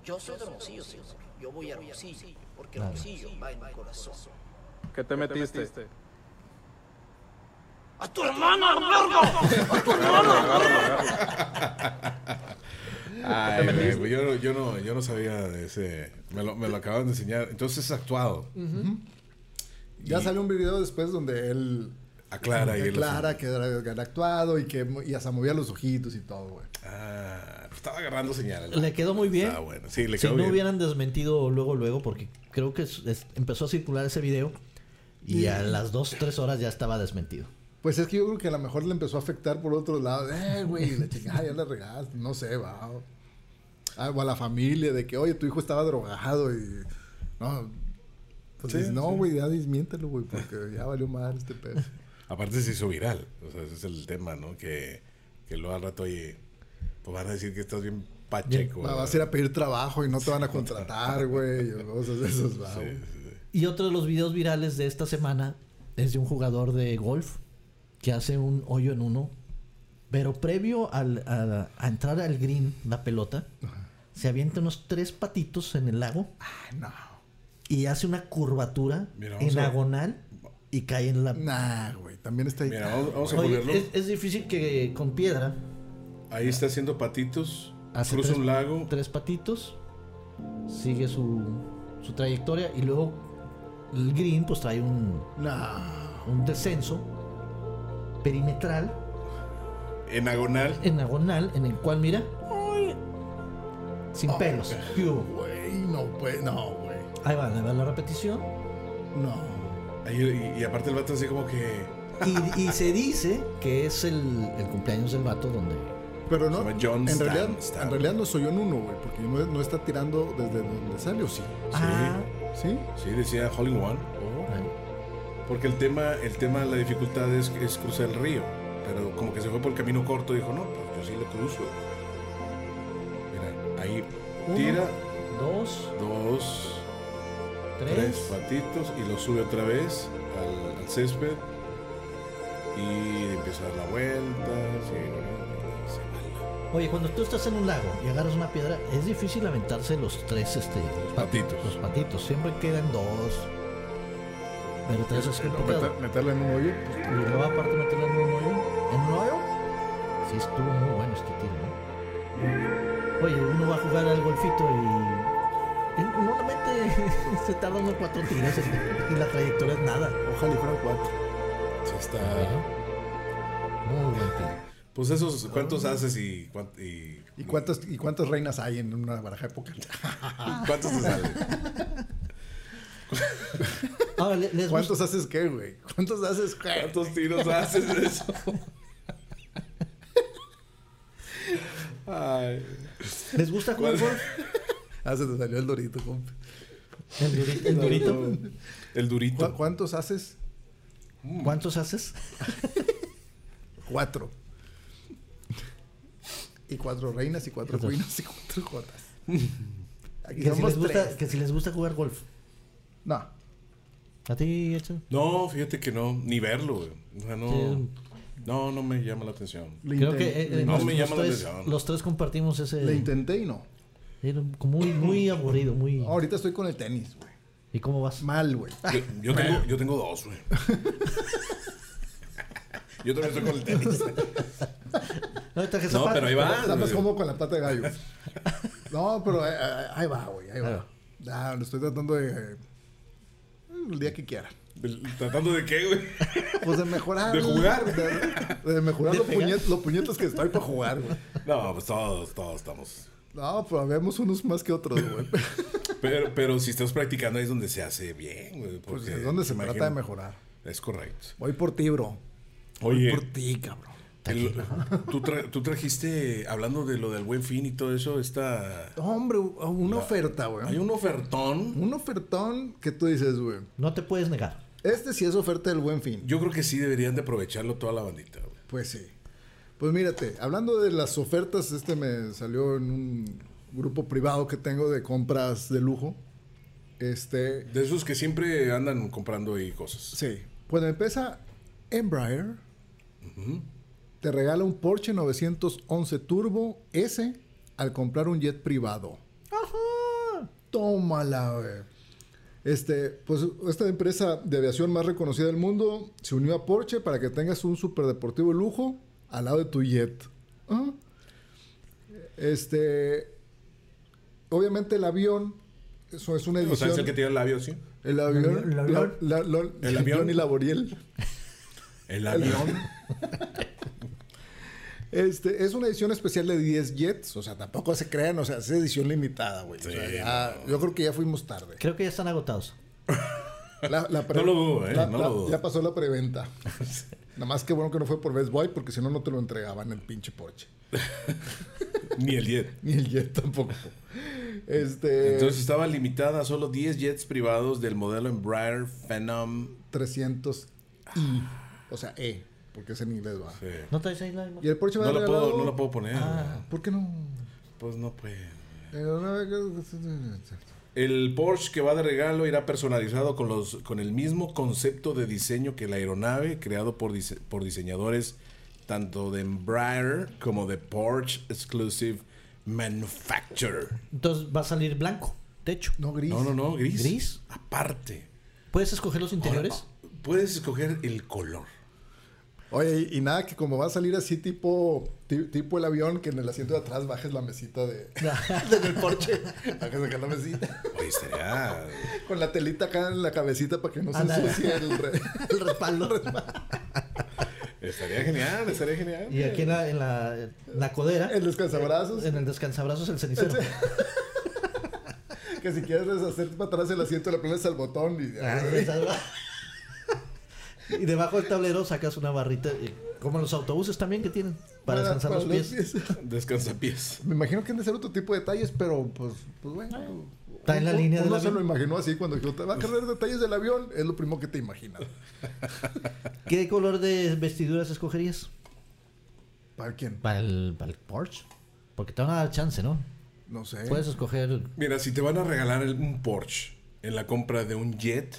Speaker 8: Yo soy de Hermosillo, señor. Yo voy a Hermosillo, porque Hermosillo va en mi corazón.
Speaker 5: ¿Qué te metiste?
Speaker 6: ¡A tu hermana, largo!
Speaker 1: Ay, güey, pues yo, no- yo, no, yo no sabía de ese. Me lo, me lo acaban de enseñar. Entonces es actuado.
Speaker 3: Ya salió un video después donde él
Speaker 1: Aclara ahí el
Speaker 3: declara
Speaker 1: asunto.
Speaker 3: que era, que era actuado y que mo- y hasta movía los ojitos y todo, güey.
Speaker 1: Ah, estaba agarrando señales.
Speaker 2: Le quedó muy bien.
Speaker 1: Ah, bueno. Sí, le
Speaker 2: Si
Speaker 1: quedó
Speaker 2: no
Speaker 1: bien.
Speaker 2: hubieran desmentido luego, luego, porque creo que es- es- empezó a circular ese video y a las 2, 3 horas ya estaba desmentido.
Speaker 3: Pues es que yo creo que a lo mejor le empezó a afectar por otro lado. Eh, güey, la chingada ya la regaste. No sé, va. o- Ah, o a la familia, de que, oye, tu hijo estaba drogado y. No. Pues
Speaker 1: Sí,
Speaker 3: dices, no, güey, ya desmiéntelo, güey, porque ya valió mal este pedo.
Speaker 1: Aparte se hizo viral. O sea, ese es el tema, ¿no? Que, que luego al rato, oye, pues van a decir que estás bien pacheco.
Speaker 3: Va-
Speaker 1: ¿verdad?
Speaker 3: Vas a ir a pedir trabajo y no te van a contratar, güey, o cosas de esos, va. güey.
Speaker 2: Y otro de los videos virales de esta semana es de un jugador de golf que hace un hoyo en uno, pero previo al, a, a entrar al green, la pelota, se avienta unos tres patitos en el lago
Speaker 3: No.
Speaker 2: y hace una curvatura
Speaker 1: Mira, vamos
Speaker 2: en
Speaker 1: a-
Speaker 2: diagonal y cae en la...
Speaker 3: Nah, güey, también está ahí.
Speaker 1: Mira, vamos, vamos a
Speaker 2: Oye,
Speaker 1: ponerlo.
Speaker 2: es, es difícil que con piedra
Speaker 1: Ahí está haciendo patitos.
Speaker 2: hace
Speaker 1: cruza
Speaker 2: tres-
Speaker 1: un lago.
Speaker 2: tres patitos, sigue su, su trayectoria y luego el green pues trae un,
Speaker 3: Nah.
Speaker 2: un descenso perimetral
Speaker 1: En agonal.
Speaker 2: en diagonal en el cual mira sin pelos. ¿Qué hubo?
Speaker 3: Güey, no, pues, no, güey.
Speaker 2: Ahí va, ahí va la repetición
Speaker 3: No.
Speaker 1: Ahí- y, y aparte el vato así como que.
Speaker 2: y, y se dice que es el, el cumpleaños del vato donde
Speaker 3: Pero
Speaker 1: Se
Speaker 3: no.
Speaker 1: llama John
Speaker 3: en,
Speaker 1: Stan-
Speaker 3: realidad,
Speaker 1: Stan.
Speaker 3: en realidad no soy un uno, güey, porque no, no está tirando desde donde salió, sí.
Speaker 2: Ah,
Speaker 3: ¿Sí?
Speaker 1: Sí, decía Holling One.
Speaker 2: Oh.
Speaker 1: Porque el tema, el tema, la dificultad es, es cruzar el río. Pero como que se fue por el camino corto, dijo, no, pues yo sí lo cruzo. Mira, ahí
Speaker 2: Uno.
Speaker 1: tira
Speaker 2: dos,
Speaker 1: dos, tres
Speaker 2: tres,
Speaker 1: patitos y lo sube otra vez al, al césped. Y empieza a dar la vuelta. Sí, bueno, se va
Speaker 2: Oye, cuando tú estás en un lago y agarras una piedra, es difícil aventarse los tres este, los
Speaker 1: patitos.
Speaker 2: Los patitos. Siempre quedan dos. Pero tres es
Speaker 1: Pues
Speaker 2: complicado.
Speaker 3: Meter- meterla en un hoyo.
Speaker 2: Y luego aparte meterla en un hoyo. ¿En un hoyo? Sí, estuvo muy bueno este tiro, ¿no? Oye, uno va a jugar al golfito y... y Normalmente se tarda unos cuatro tiros y la trayectoria es nada.
Speaker 3: Ojalá y fueran cuatro.
Speaker 1: la- Sí está.
Speaker 2: Muy buen tiro.
Speaker 1: Pues esos, ¿cuántos haces y, cuán- y,
Speaker 3: ¿Y cuántas, ¿Y cuántas reinas hay en una baraja de póker?
Speaker 1: cuántos te salen?
Speaker 2: Ahora, le- les gusta-
Speaker 3: ¿Cuántos haces qué, güey? ¿Cuántos haces qué?
Speaker 1: ¿Cuántos tiros haces de eso? Ay.
Speaker 2: ¿Les gusta jugar golf?
Speaker 3: Ah, se te salió el dorito, compa.
Speaker 2: El durito. el durito.
Speaker 1: El
Speaker 3: ¿Cu-
Speaker 1: durito.
Speaker 3: ¿Cuántos haces?
Speaker 2: ¿Cuántos haces?
Speaker 3: Cuatro. Y cuatro reinas y cuatro cuinas y cuatro jotas.
Speaker 2: Que
Speaker 3: Aquí
Speaker 2: si,
Speaker 3: somos
Speaker 2: les gusta,
Speaker 3: tres.
Speaker 2: que si les gusta jugar golf.
Speaker 3: No.
Speaker 2: ¿A ti, Edson?
Speaker 1: No, fíjate que no, ni verlo, güey. O sea, no, no, no me llama la atención.
Speaker 3: Lo
Speaker 2: Creo
Speaker 3: inten-
Speaker 2: que eh, eh,
Speaker 1: No
Speaker 2: los,
Speaker 1: me
Speaker 2: los
Speaker 1: llama la
Speaker 2: tres,
Speaker 1: atención.
Speaker 2: los tres compartimos
Speaker 3: lo
Speaker 2: ese.
Speaker 3: intenté y no.
Speaker 2: Era como muy, muy aburrido, muy.
Speaker 3: Ahorita estoy con el tenis, güey.
Speaker 2: ¿Y cómo vas?
Speaker 3: Mal, güey.
Speaker 1: Yo, yo tengo, yo tengo dos, güey. Yo también estoy con el tenis.
Speaker 2: Ahorita que
Speaker 1: No,
Speaker 2: zapato.
Speaker 1: pero ahí va.
Speaker 3: Está más
Speaker 1: güey.
Speaker 3: cómodo con la pata de gallo. No, pero eh, eh, ahí va, güey. Ahí va. Ah, lo estoy tratando de. eh, El día que quiera.
Speaker 1: ¿Tratando de qué, güey?
Speaker 3: Pues de mejorar.
Speaker 1: De jugar.
Speaker 3: De, de mejorar los, puñet- los puñetos que estoy para jugar, güey.
Speaker 1: No, pues todos, todos estamos.
Speaker 3: No, pero vemos unos más que otros, güey.
Speaker 1: Pero, pero si estás practicando ahí es donde se hace bien, güey.
Speaker 3: Pues
Speaker 1: porque
Speaker 3: es donde se
Speaker 1: imagino-
Speaker 3: trata de mejorar.
Speaker 1: Es correcto.
Speaker 3: Voy por ti, bro.
Speaker 1: Oye,
Speaker 3: Por ti, cabrón.
Speaker 1: el- tú, tra- tú trajiste, hablando de lo del buen fin y todo eso, esta...
Speaker 3: Hombre, una oferta,
Speaker 1: Hay
Speaker 3: güey.
Speaker 1: un ofertón.
Speaker 3: Un ofertón que tú dices, güey.
Speaker 2: No te puedes negar.
Speaker 3: Este sí es oferta del buen fin.
Speaker 1: Yo creo que sí deberían de aprovecharlo toda la bandita, güey.
Speaker 3: Pues sí. Pues mírate, hablando de las ofertas, este me salió en un grupo privado que tengo de compras de lujo. Este,
Speaker 1: De esos que siempre andan comprando ahí cosas.
Speaker 3: sí. Cuando empieza Embraer, te regala un Porsche 911 Turbo S al comprar un jet privado. Tómala, güey. Este, pues esta empresa de aviación más reconocida del mundo se unió a Porsche para que tengas un superdeportivo lujo al lado de tu jet. Ajá. Este, obviamente el avión, eso es una
Speaker 1: O sea,
Speaker 3: edición.
Speaker 1: es el que tiene el labio, ¿sí?
Speaker 3: el avión,
Speaker 2: el avión.
Speaker 3: la- la- la-
Speaker 1: El avión.
Speaker 3: y la Boriel.
Speaker 1: El avión.
Speaker 3: Este, es una edición especial de 10 jets, o sea, tampoco se crean, o sea, es edición limitada, güey. O sea,
Speaker 1: Sí,
Speaker 3: ya- Yo creo que ya fuimos tarde.
Speaker 2: Creo que ya están agotados.
Speaker 3: La- la pre-
Speaker 1: No lo dudo, eh,
Speaker 3: la-
Speaker 1: no
Speaker 3: la-
Speaker 1: lo dudo.
Speaker 3: Ya pasó la preventa. Nada más que bueno que no fue por Best Buy, porque si no, no te lo entregaban el pinche Porsche.
Speaker 1: Ni el jet.
Speaker 3: Ni el Jet tampoco. Este.
Speaker 1: Entonces estaba limitada a solo 10 jets privados del modelo Embraer Phenom.
Speaker 3: 300 i O sea, E, porque es en inglés, va.
Speaker 1: Sí. Ah.
Speaker 2: ¿No traes ahí la imagen?
Speaker 3: Y el Porsche va
Speaker 1: No
Speaker 3: a
Speaker 1: la puedo, no la puedo poner.
Speaker 3: ¿Por qué no?
Speaker 1: Pues no puede.
Speaker 3: Eh, no,
Speaker 1: El Porsche que va de regalo irá personalizado con los con el mismo concepto de diseño que la aeronave, creado por dise- por diseñadores tanto de Embraer como de Porsche Exclusive Manufacturer.
Speaker 2: Entonces va a salir blanco, techo.
Speaker 3: no, gris.
Speaker 1: No, no, no, gris.
Speaker 2: Gris.
Speaker 1: Aparte.
Speaker 2: ¿Puedes escoger los interiores?
Speaker 1: Puedes escoger el color.
Speaker 3: Oye, y, y nada, que como va a salir así tipo, ti- tipo el avión, que en el asiento de atrás bajes la mesita de, del Porsche. Bajes acá la mesita.
Speaker 1: Oye, estaría.
Speaker 3: Con la telita acá en la cabecita para que no se
Speaker 2: Ándale.
Speaker 3: ensucie el, re- el respaldo.
Speaker 1: Estaría genial, estaría genial.
Speaker 2: Y aquí en la, en la, en la codera,
Speaker 3: El descansabrazos.
Speaker 2: en el descansabrazos, el cenicero.
Speaker 3: Que si quieres deshacerte para atrás el asiento, le pones al botón y...
Speaker 2: Ah, ya sabes. y debajo del tablero sacas una barrita, y- como los autobuses también que tienen, para descansar
Speaker 3: para
Speaker 2: los pies.
Speaker 1: Descansa pies.
Speaker 3: Me imagino que han de ser otro tipo de detalles, pero pues, pues bueno.
Speaker 2: Está en la línea del
Speaker 3: Uno se
Speaker 2: avión. Pues
Speaker 3: lo imaginó así cuando dijo, te va a cargar detalles del avión, es lo primero que te imaginas.
Speaker 2: ¿Qué color de vestiduras escogerías?
Speaker 3: ¿Para quién?
Speaker 2: Para el, para el Porsche. Porque te van a dar chance, ¿no?
Speaker 3: No
Speaker 1: ¿Eh?
Speaker 3: sé.
Speaker 2: Puedes escoger.
Speaker 1: Mira, si te van a regalar el- un Porsche en la compra de un jet,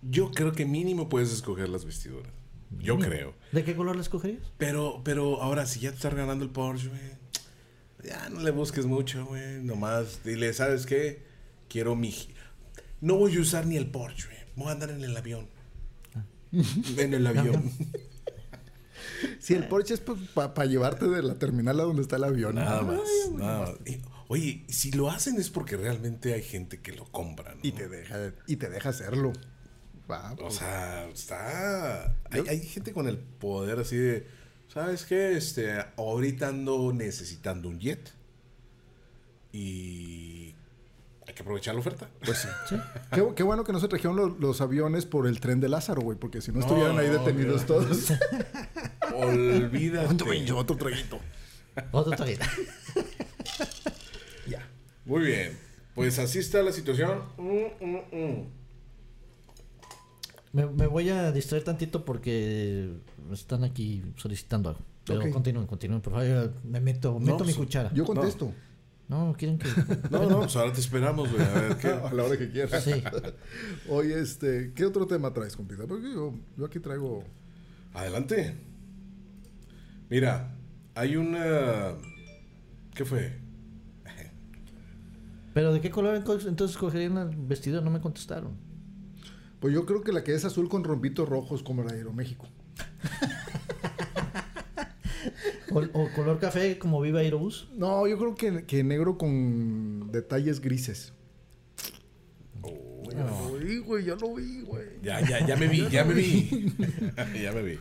Speaker 1: yo creo que mínimo puedes escoger las vestiduras. Yo creo.
Speaker 2: ¿De qué color la escogerías?
Speaker 1: Pero, pero ahora, si ya te estás regalando el Porsche, güey, ya no le busques mucho, güey. Nomás dile, ¿sabes qué? Quiero mi. ji- No voy a usar ni el Porsche, güey. Voy a andar en el avión. en el avión.
Speaker 3: Si
Speaker 1: Ah.
Speaker 3: el Porsche es para llevarte de la terminal a donde está el avión.
Speaker 1: nada más. nada más. Y, oye, si lo hacen es porque realmente hay gente que lo compra, ¿no?
Speaker 3: Y te deja, y te deja hacerlo. Va,
Speaker 1: O
Speaker 3: pues,
Speaker 1: sea, está. Hay, hay gente con el poder así de. ¿Sabes qué? Este, ahorita ando necesitando un jet. Y Hay que aprovechar la oferta.
Speaker 3: Pues sí. Qué, qué bueno que no se trajeron los, los aviones por el tren de Lázaro, güey, porque si no estuvieran ahí
Speaker 1: no,
Speaker 3: detenidos todos.
Speaker 1: Olvídate.
Speaker 3: otro traguito.
Speaker 2: Otro traguito.
Speaker 3: Ya.
Speaker 1: Muy bien. Pues así está la situación. Mm, mm, mm.
Speaker 2: Me, me voy a distraer tantito porque están aquí solicitando algo. Pero
Speaker 3: Ok.
Speaker 2: continúen, continúen, por favor. Me meto, meto mi
Speaker 1: sí.
Speaker 2: cuchara.
Speaker 3: Yo contesto.
Speaker 2: No, quieren que.
Speaker 1: No, no, pues ahora te esperamos, güey. A ver qué.
Speaker 3: A la hora que quieras.
Speaker 2: Sí.
Speaker 3: Oye, Pues, este, ¿qué otro tema traes, compita? Porque yo, yo aquí traigo.
Speaker 1: Adelante. Mira, hay una. ¿Qué fue?
Speaker 2: Pero ¿de qué color enco- entonces cogerían el vestido? No me contestaron.
Speaker 3: Pues yo creo que la que es azul con rompitos rojos como la de Aeroméxico.
Speaker 2: O, o color café como Viva Aerobús.
Speaker 3: No, yo creo que, que negro con detalles grises.
Speaker 1: Oh.
Speaker 3: Ya lo vi, güey, ya lo vi, güey.
Speaker 1: Ya, ya, ya me vi, ya me vi. ya me vi.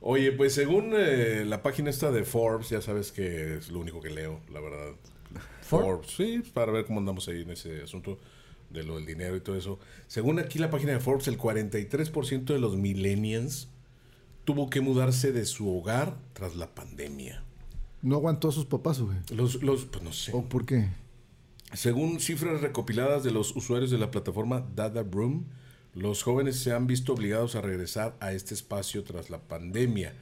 Speaker 1: Oye, pues según eh, la página esta de Forbes, ya sabes que es lo único que leo, la verdad. Forbes, sí, pues, para ver cómo andamos ahí en ese asunto de lo del dinero y todo eso. Según aquí la página de Forbes, el 43% de los millennials tuvo que mudarse de su hogar tras la pandemia.
Speaker 3: No aguantó a sus papás, güey.
Speaker 1: Los, los, pues no sé.
Speaker 3: ¿O por qué?
Speaker 1: Según cifras recopiladas de los usuarios de la plataforma Dada Broom, los jóvenes se han visto obligados a regresar a este espacio tras la pandemia.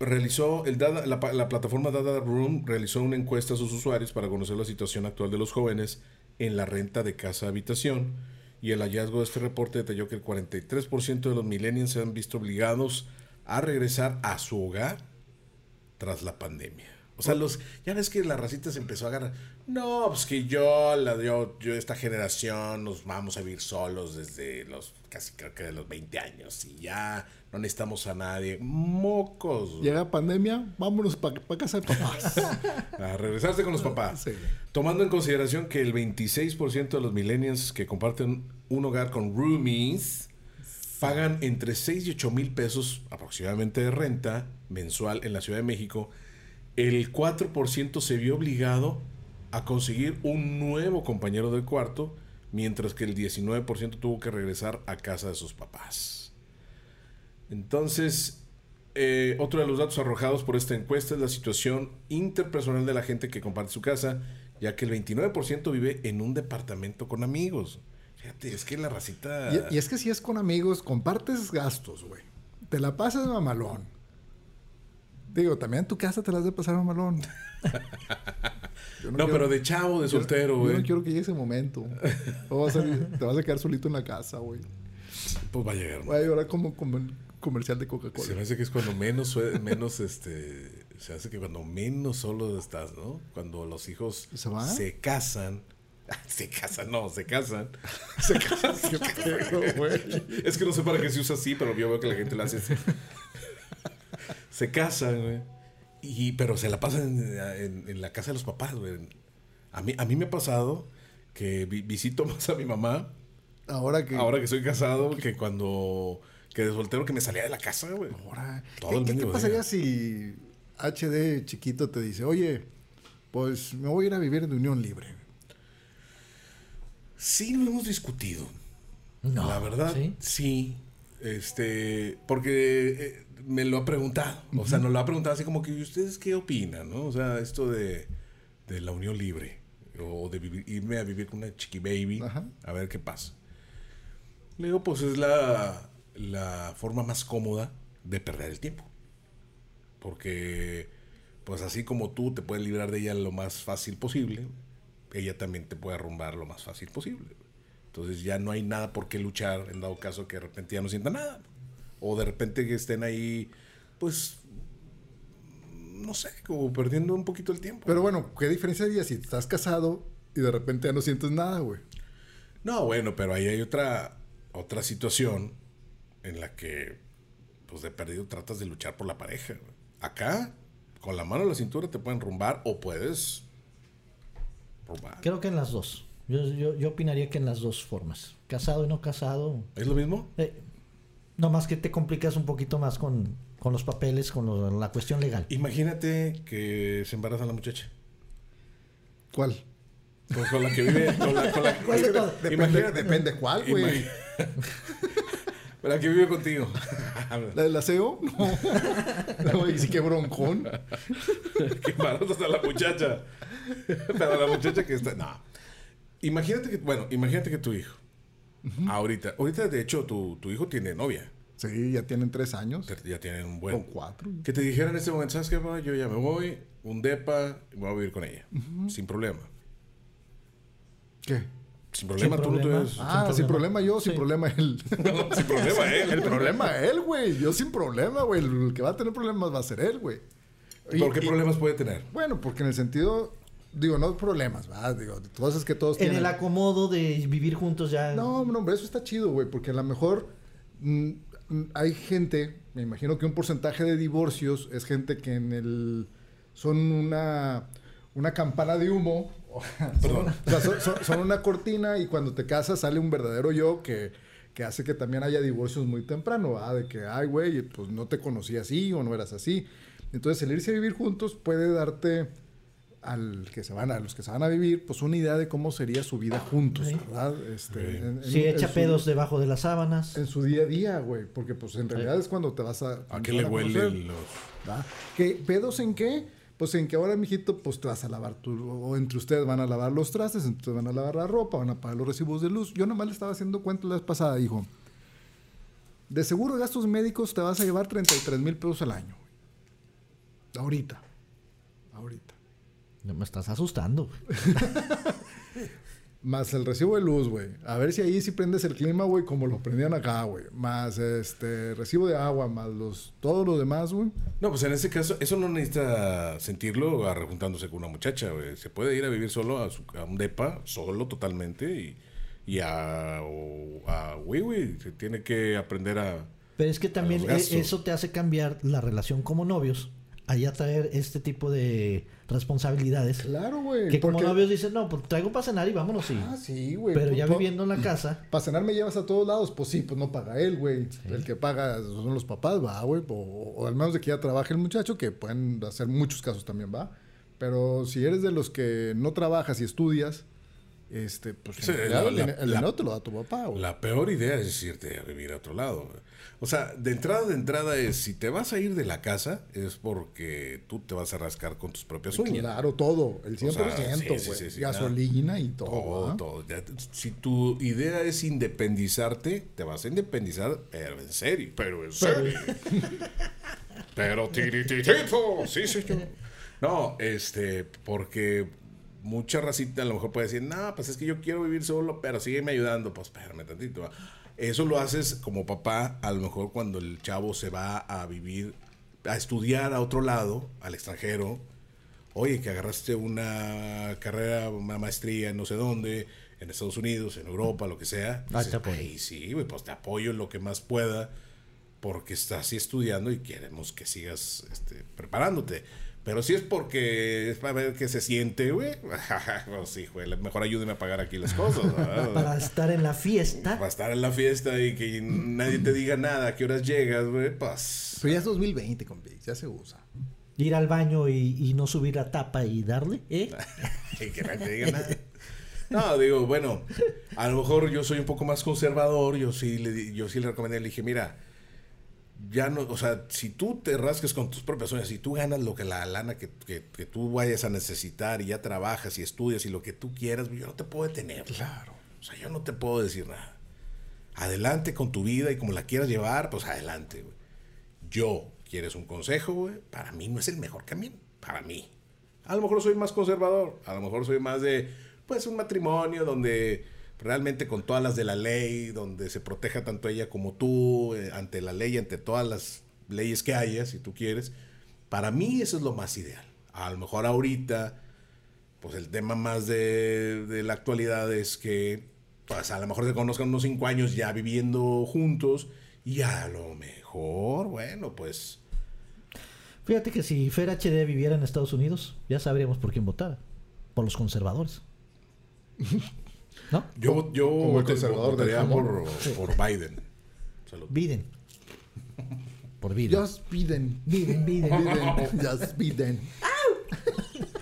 Speaker 1: Realizó el Dada- la, pa- la plataforma Dada Room realizó una encuesta a sus usuarios para conocer la situación actual de los jóvenes en la renta de casa habitación y el hallazgo de este reporte detalló que el 43% de los millennials se han visto obligados a regresar a su hogar tras la pandemia. O sea, los ya ves que la racita se empezó a agarrar. No, pues que yo, la, yo, yo, esta generación, nos vamos a vivir solos desde los casi creo que de los 20 años y ya no necesitamos a nadie. Mocos. güey.
Speaker 3: Llega pandemia, vámonos para casa de papás.
Speaker 1: A regresarse con los papás.
Speaker 3: Sí.
Speaker 1: Tomando en consideración que el 26% de los millennials que comparten un hogar con roomies pagan entre 6 y 8 mil pesos aproximadamente de renta mensual en la Ciudad de México, el 4% se vio obligado a conseguir un nuevo compañero del cuarto, mientras que el 19% tuvo que regresar a casa de sus papás. Entonces, eh, otro de los datos arrojados por esta encuesta es la situación interpersonal de la gente que comparte su casa, ya que el 29% vive en un departamento con amigos. Fíjate, es que la racita...
Speaker 3: y, y es que si es con amigos, compartes gastos, güey. Te la pasas mamalón. Digo, también en tu casa te la has de pasar mamalón. Yo
Speaker 1: no,
Speaker 3: quiero-
Speaker 1: pero de chavo, de soltero,
Speaker 3: yo
Speaker 1: güey.
Speaker 3: no quiero que llegue ese momento. O vas a- te vas a quedar solito en la casa, güey.
Speaker 1: Pues va a llegar.
Speaker 3: Voy a llorar como, como el comercial de Coca-Cola.
Speaker 1: Pues Se me hace que es cuando menos, sue- menos, este, se hace que cuando menos solo estás, ¿no? Cuando los hijos
Speaker 3: ¿Se van?
Speaker 1: se casan, se casan, no, se casan.
Speaker 3: Se casa, qué pedo, güey.
Speaker 1: Es que no sé para qué se usa así, pero yo veo que la gente lo hace así. Se casan, güey. Y, pero se la pasan en, en- en la casa de los papás, güey. A mí, a mí me ha pasado que vi- visito más a mi mamá
Speaker 3: Ahora que.
Speaker 1: ahora que soy casado que cuando... Que de soltero que me salía de la casa, güey.
Speaker 3: Ahora,
Speaker 1: Todo
Speaker 3: ¿Qué,
Speaker 1: el
Speaker 3: qué-
Speaker 1: mundo
Speaker 3: qué
Speaker 1: lo
Speaker 3: pasaría
Speaker 1: diga.
Speaker 3: si HD chiquito te dice, oye, pues me voy a ir a vivir de unión libre?
Speaker 1: Sí, lo hemos discutido.
Speaker 2: No.
Speaker 1: la verdad,
Speaker 2: ¿sí?
Speaker 1: ¿sí? Este, porque eh, me lo ha preguntado. O sea, nos lo ha preguntado así como que, "¿Y ustedes qué opinan? ¿No? O sea, esto de, de la unión libre. O de vivir- irme a vivir con una chiqui baby.
Speaker 3: Ajá.
Speaker 1: A ver qué pasa. Le digo, pues es la, la forma más cómoda de perder el tiempo. Porque, pues así como tú te puedes librar de ella lo más fácil posible, ella también te puede arrumbar lo más fácil posible. Entonces ya no hay nada por qué luchar en dado caso que de repente ya no sienta nada. O de repente que estén ahí, pues, no sé, como perdiendo un poquito el tiempo.
Speaker 3: Pero bueno, ¿qué diferencia haría si estás casado y de repente ya no sientes nada, güey?
Speaker 1: No, bueno, pero ahí hay otra, otra situación en la que, pues de perdido, tratas de luchar por la pareja. güey. Acá, con la mano en la cintura, te pueden rumbar o puedes rumbar.
Speaker 2: Creo que en las dos. Yo, yo, yo opinaría que en las dos formas. Casado y no casado.
Speaker 1: ¿Es lo mismo?
Speaker 2: Eh, no más que te complicas un poquito más con, con los papeles, con lo- la cuestión legal.
Speaker 1: Imagínate que se embaraza la muchacha.
Speaker 3: ¿Cuál?
Speaker 1: Pues con la que vive. Con la, con la-
Speaker 3: ¿Cuál de todas? Depende-
Speaker 1: Imagina-
Speaker 3: depende cuál, güey.
Speaker 1: Ima- Con la que vive contigo.
Speaker 3: ¿La del aseo? No. No, güey, sí que broncón.
Speaker 1: Qué barato está la muchacha. Para la muchacha que está. No. Imagínate que, bueno, imagínate que tu hijo. Ahorita, ahorita de hecho tu, tu hijo tiene novia.
Speaker 3: Sí, ya tienen tres años.
Speaker 1: Te- Ya tienen un
Speaker 3: O
Speaker 1: buen.
Speaker 3: cuatro.
Speaker 1: Que te dijera en este momento, ¿sabes qué, papá? Yo ya me voy, un depa, y me voy a vivir con ella. Sin problema.
Speaker 3: ¿Qué?
Speaker 1: Sin problema, tú no
Speaker 2: problema.
Speaker 1: tienes-
Speaker 3: Ah, sin problema yo, sin problema él.
Speaker 1: No, sin problema, ¿eh?
Speaker 3: El problema él, güey. Yo sin problema, güey. El que va a tener problemas va a ser él, güey. Y-
Speaker 1: ¿Por qué
Speaker 3: y-
Speaker 1: problemas puede tener?
Speaker 3: Bueno, porque en el sentido, digo, no problemas, ¿verdad? Digo, cosas que todos
Speaker 2: En
Speaker 3: tienen.
Speaker 2: el acomodo de vivir juntos ya.
Speaker 3: No, no, hombre, eso está chido, güey, porque a lo mejor mm, mm, hay gente, me imagino que un porcentaje de divorcios es gente que en el son una una campana de humo, son,
Speaker 1: Perdón.
Speaker 3: o sea, son- son- son una cortina y cuando te casas sale un verdadero yo que que hace que también haya divorcios muy temprano, ¿verdad? De que, ay, güey, pues no te conocí así o no eras así. Entonces, el irse a vivir juntos puede darte al que se van a los que se van a vivir, pues una idea de cómo sería su vida juntos, ¿verdad? Este, en- en-
Speaker 2: Si
Speaker 3: en
Speaker 2: echa
Speaker 3: su-
Speaker 2: pedos debajo de las sábanas.
Speaker 3: en su día a día, güey, porque pues en realidad es cuando te vas a
Speaker 1: ¿A
Speaker 3: cuando
Speaker 1: qué
Speaker 3: te
Speaker 1: le
Speaker 3: van conocer,
Speaker 1: huelen los.?
Speaker 3: ¿verdad? ¿Qué pedos en qué? Pues en que ahora, mijito, pues te vas a lavar tu o entre ustedes van a lavar los trastes, entonces van a lavar la ropa, van a pagar los recibos de luz. Yo nomás le estaba haciendo cuenta la vez pasada, hijo. De seguro de gastos médicos te vas a llevar 33 mil pesos al año. güey. Ahorita. Ahorita.
Speaker 2: No, Me estás asustando. güey.
Speaker 3: Más el recibo de luz, güey. A ver si ahí sí prendes el clima, güey, como lo prendían acá, güey. Más este recibo de agua, más los todo lo demás, güey.
Speaker 1: No, pues en este caso, eso no necesita sentirlo juntándose con una muchacha, güey. Se puede ir a vivir solo a, su- a un depa, solo totalmente, y, y a. o- a güey, güey. Se tiene que aprender a.
Speaker 2: Pero es que también
Speaker 1: los
Speaker 2: e-
Speaker 1: gastos.
Speaker 2: eso te hace cambiar la relación como novios. Allá traer este tipo de responsabilidades.
Speaker 3: Claro, güey.
Speaker 2: Que como
Speaker 3: porque-
Speaker 2: novios dicen, no, pues traigo para cenar y vámonos. Y,
Speaker 3: Ah, sí, güey.
Speaker 2: pero ya
Speaker 3: Po-
Speaker 2: viviendo en la casa,
Speaker 3: Para cenar me llevas a todos lados, pues sí, pues no paga él, güey. El que paga son los papás, va, güey. O, o al menos de que ya trabaje el muchacho, que pueden hacer muchos casos también, va. Pero si eres de los que no trabajas y estudias, este, pues en
Speaker 1: Sí,
Speaker 3: realidad
Speaker 1: la-
Speaker 3: el,
Speaker 1: la-
Speaker 3: dine- el
Speaker 1: la-
Speaker 3: dinero te lo da tu papá, güey.
Speaker 1: La peor idea es irte a vivir a otro lado. O sea, de entrada, de entrada es, si te vas a ir de la casa, es porque tú te vas a rascar con tus propias uñas.
Speaker 3: Pues Claro, todo, el 100%,
Speaker 1: sí,
Speaker 3: güey.
Speaker 1: sí, sí, sí,
Speaker 3: Gasolina y todo.
Speaker 1: Todo,
Speaker 3: ¿va?
Speaker 1: todo. Ya, si tu idea es independizarte, te vas a independizar, pero en serio. Pero en serio. pero tirititito, sí, señor. No, este, porque mucha racita a lo mejor puede decir, no, pues es que yo quiero vivir solo, pero sígueme ayudando. Pues espérame tantito. va. Eso lo haces como papá, a lo mejor cuando el chavo se va a vivir, a estudiar a otro lado, al extranjero, oye, que agarraste una carrera, una maestría, en no sé dónde, en Estados Unidos, en Europa, lo que sea.
Speaker 2: Ah,
Speaker 1: Dices,
Speaker 2: te apoyo.
Speaker 1: "Ay, sí, güey, pues te apoyo en lo que más pueda, porque estás estudiando y queremos que sigas este, preparándote. Pero si es porque es para ver qué se siente, güey, pues sí, güey, mejor ayúdeme a pagar aquí las cosas. ¿verdad?
Speaker 2: para estar en la
Speaker 1: Para
Speaker 2: fiesta,
Speaker 1: estar en la fiesta y que nadie te diga nada, a qué horas llegas, güey, pues...
Speaker 3: Pero ya es 2020, compi, ya se usa.
Speaker 2: ir al baño y, y no subir la tapa y darle. ¿eh?
Speaker 1: Y que nadie te diga nada. No, digo, bueno, a lo mejor yo soy un poco más conservador, yo sí le, di- yo sí le recomendé, le dije, mira, ya no, o sea, si tú te rasques con tus propias uñas, si tú ganas lo que la lana que, que- que tú vayas a necesitar y ya trabajas y estudias y lo que tú quieras, yo no te puedo detener. Claro. O sea, yo no te puedo decir nada. Adelante con tu vida y como la quieras llevar, pues adelante, güey. Yo, ¿quieres un consejo, güey? Para mí no es el mejor camino, para mí. A lo mejor soy más conservador, a lo mejor soy más de, pues, un matrimonio donde realmente con todas las de la ley, donde se proteja tanto ella como tú, eh, ante la ley, ante todas las leyes que haya, si tú quieres. Para mí eso es lo más ideal. A lo mejor ahorita, pues el tema más de, de la actualidad es que, pues a lo mejor se conozcan unos cinco años ya viviendo juntos y a lo mejor, bueno, pues...
Speaker 2: Fíjate que si Fer HD viviera en Estados Unidos, ya sabríamos por quién votar. Por los conservadores. ¿No?
Speaker 1: Yo, yo
Speaker 3: como el
Speaker 1: voté-
Speaker 3: conservador del
Speaker 1: votaría
Speaker 3: jamón.
Speaker 1: por, por Biden. Salud.
Speaker 2: Biden. Por Biden.
Speaker 3: Just Biden.
Speaker 2: Biden, Biden.
Speaker 3: Biden. Just Biden.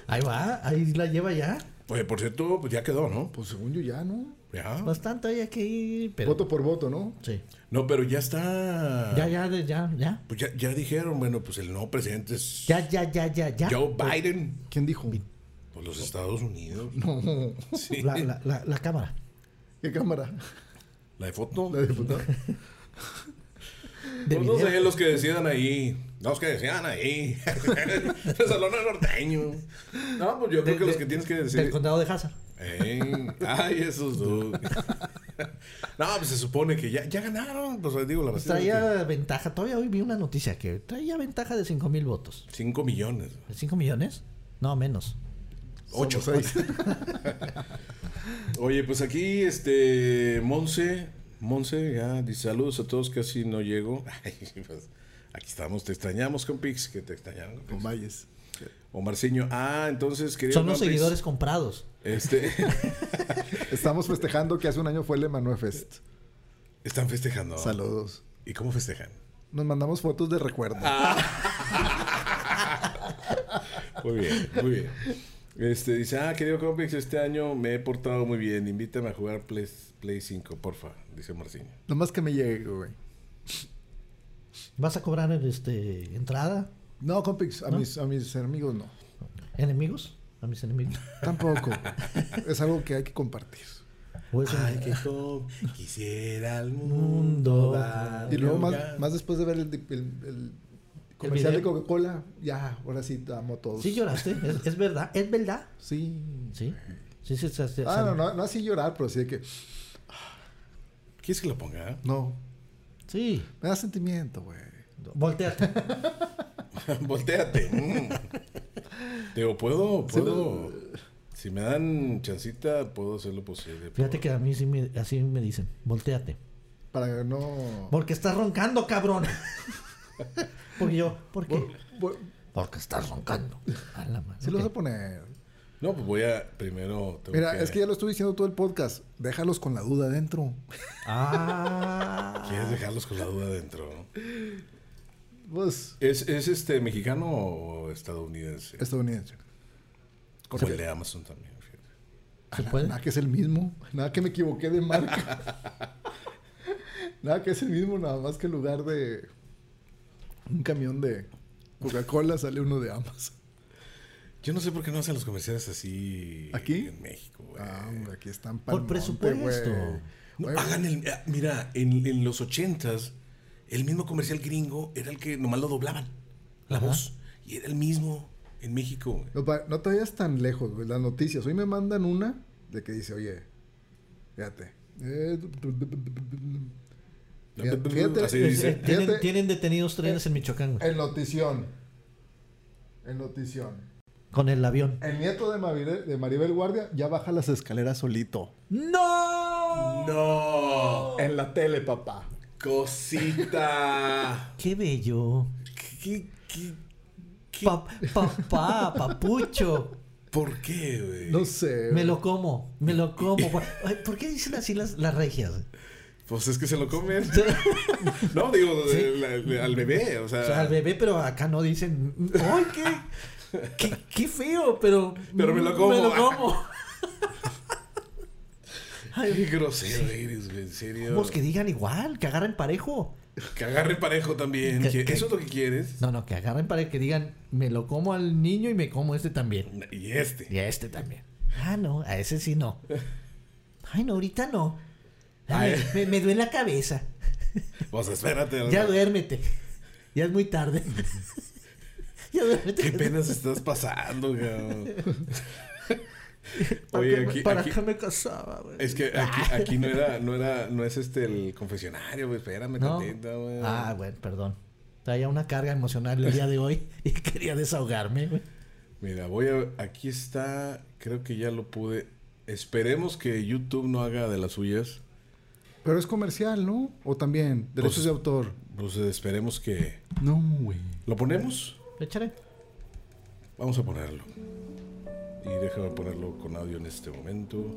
Speaker 2: Ahí va, ahí la lleva ya.
Speaker 1: Oye, por cierto, pues ya quedó, ¿no?
Speaker 3: Pues según yo ya, ¿no?
Speaker 1: Ya.
Speaker 2: Bastante hay que ir, pero.
Speaker 3: Voto por voto, ¿no?
Speaker 2: Sí.
Speaker 1: No, pero ya está.
Speaker 2: Ya, ya, de- ya, ya.
Speaker 1: Pues ya, ya dijeron, bueno, pues el nuevo presidente es
Speaker 2: Ya, ya, ya, ya, ya. Pues
Speaker 1: Joe Biden.
Speaker 3: ¿Quién dijo?
Speaker 1: Pues los Estados Unidos. Sí.
Speaker 2: La,
Speaker 1: La,
Speaker 2: la, la, la cámara.
Speaker 3: ¿Qué cámara?
Speaker 1: de foto.
Speaker 3: La diputada.
Speaker 2: De
Speaker 1: Pues no
Speaker 2: video.
Speaker 1: sé, los que decidan ahí. Los que decidan ahí. el salón es norteño. No, pues yo creo que los que tienes que
Speaker 2: Del
Speaker 1: decir.
Speaker 2: condado de Hazard.
Speaker 1: Ey, Ay, esos dos. no, pues se supone que ya, ya ganaron. Pues les digo, la verdad.
Speaker 2: Traía ventaja. Todavía hoy vi una noticia que traía ventaja de 5 mil votos.
Speaker 1: 5 millones.
Speaker 2: ¿5 millones? No, menos.
Speaker 1: 8.
Speaker 3: Somos seis.
Speaker 1: Oye, pues aquí, este, Monse, Monse, ya, dice saludos a todos, casi no llego. Ay, pues, aquí estamos, te extrañamos, compix, que te extrañaron.
Speaker 3: Con Valles.
Speaker 1: Omarciño, ah, entonces, querido
Speaker 2: Son los
Speaker 1: compix,
Speaker 2: seguidores comprados.
Speaker 1: Este,
Speaker 3: Estamos festejando que hace un año fue el Emanuel Fest.
Speaker 1: están festejando.
Speaker 3: Saludos.
Speaker 1: ¿Y cómo festejan?
Speaker 3: Nos mandamos fotos de recuerdo.
Speaker 1: Ah. Muy bien, muy bien. Este, dice, ah, querido compix, este año me he portado muy bien, invítame a jugar Play, Play 5, porfa, dice Omarciño.
Speaker 3: Nomás que me llegue, güey.
Speaker 2: ¿Vas a cobrar este, entrada?
Speaker 3: No, compix, a, Mis, a mis amigos no.
Speaker 2: ¿Enemigos? A mis enemigos.
Speaker 3: Tampoco. es algo que hay que compartir.
Speaker 2: ¿O es un-
Speaker 1: quisiera el
Speaker 2: mundo
Speaker 3: Y luego más, más después de ver el, el- el comercial de
Speaker 2: video?
Speaker 3: Coca-Cola, ya, ahora sí amo todos.
Speaker 2: Sí lloraste, es, es verdad, es verdad.
Speaker 3: Sí.
Speaker 2: Sí, sí, sí. sí, sí,
Speaker 3: Ah,
Speaker 2: sí.
Speaker 3: no, no, no así llorar, pero sí de que,
Speaker 1: ¿Quieres que lo ponga?
Speaker 3: no,
Speaker 2: Sí,
Speaker 3: me da sentimiento, güey.
Speaker 2: volteate.
Speaker 1: Volteate. Mm. Digo, puedo, puedo. Si me dan chancita, puedo hacer lo posible.
Speaker 2: Fíjate que a mí sí me- así me dicen, volteate.
Speaker 3: Para no...
Speaker 2: Porque estás roncando, cabrón. Porque yo, ¿por qué?
Speaker 3: Voy-
Speaker 2: Porque estás roncando. A la madre.
Speaker 3: Sí lo vas a
Speaker 2: Ok.
Speaker 3: poner.
Speaker 1: No, pues voy a primero. tengo
Speaker 3: Mira, es que ya lo estuve diciendo todo el podcast. Déjalos con la duda adentro.
Speaker 2: Ah,
Speaker 1: Quieres dejarlos con la duda adentro.
Speaker 3: Pues,
Speaker 1: ¿Es, es este mexicano o estadounidense?
Speaker 3: estadounidense.
Speaker 1: O el de Amazon también. fíjate.
Speaker 2: ¿se puede?
Speaker 3: Nada que es el mismo. Nada que me equivoqué de marca. nada que es el mismo, nada más que en lugar de un camión de Coca-Cola sale uno de Amazon.
Speaker 1: Yo no sé por qué no hacen los comerciales así.
Speaker 3: ¿Aquí?
Speaker 1: En México, güey.
Speaker 3: Ah, hombre, aquí están
Speaker 2: Por
Speaker 3: pa'l monte,
Speaker 2: presupuesto.
Speaker 3: güey.
Speaker 1: No,
Speaker 3: Güey,
Speaker 1: hagan el. ah, Mira, en, en los ochentas, el mismo comercial gringo era el que nomás lo doblaban. La voz. Y era el mismo en México. güey.
Speaker 3: No, pa- no te vayas tan lejos, güey. Las noticias. Hoy me mandan una de que dice, oye, fíjate. eh, Fíjate, fíjate,
Speaker 1: Así
Speaker 2: Eh,
Speaker 1: dice.
Speaker 2: eh, tienen,
Speaker 3: Fíjate.
Speaker 2: tienen detenidos trenes en Michoacán, güey,
Speaker 3: el notición. El notición.
Speaker 2: con el avión.
Speaker 3: El nieto de Maribel, de Maribel Guardia ya baja las escaleras solito.
Speaker 2: ¡No!
Speaker 1: No,
Speaker 3: En la tele, papá.
Speaker 1: cosita.
Speaker 2: ¡Qué bello!
Speaker 1: ¿Qué, qué, qué?
Speaker 2: Pa- papá, papucho.
Speaker 1: por qué, güey?
Speaker 3: No sé.
Speaker 2: Me lo como, me lo como. Ay, ¿Por qué dicen así las, las regias?
Speaker 1: Pues es que se lo comen. no, digo, el- el- al bebé, o sea.
Speaker 2: O sea, al bebé, pero acá no dicen, ¡ay, qué, qué, qué feo! Pero,
Speaker 1: Pero me lo como".
Speaker 2: Me lo como.
Speaker 1: Qué grosero eres, güey, en serio.
Speaker 2: Pues que digan igual, que agarren parejo.
Speaker 1: Que agarre parejo también.
Speaker 2: Que-
Speaker 1: que-
Speaker 2: que-
Speaker 1: ¿Eso es lo que quieres?
Speaker 2: No, no, que agarren parejo, que digan, me lo como al niño y me como este también.
Speaker 1: Y este.
Speaker 2: Y a este también. Ah, no, a ese sí no. Ay, no, ahorita no. Ay,
Speaker 1: Ay.
Speaker 2: me, me duele la cabeza.
Speaker 1: Pues espérate.
Speaker 2: Ya duérmete. Ya es muy tarde. ya duérmete.
Speaker 1: ¿Qué penas estás pasando, cabrón?
Speaker 2: ¿Para
Speaker 1: Oye,
Speaker 2: qué-
Speaker 1: aquí,
Speaker 2: ¿Para
Speaker 1: aquí- Eh,
Speaker 2: qué me casaba, güey?
Speaker 1: es que aquí, aquí no era, no era, no es este el confesionario, güey. Espérame
Speaker 2: No.
Speaker 1: tantito, güey.
Speaker 2: Ah, bueno, perdón. Traía una carga emocional el día de hoy y quería desahogarme, güey.
Speaker 1: Mira, voy a. Aquí está. Creo que ya lo pude. Esperemos que YouTube no haga de las suyas.
Speaker 3: Pero es comercial, ¿no? O también, derechos
Speaker 1: Pues-
Speaker 3: de autor.
Speaker 1: Pues esperemos que.
Speaker 3: No, güey.
Speaker 1: ¿Lo ponemos?
Speaker 2: Échale.
Speaker 1: Vamos a ponerlo. Y déjame ponerlo con audio en este momento.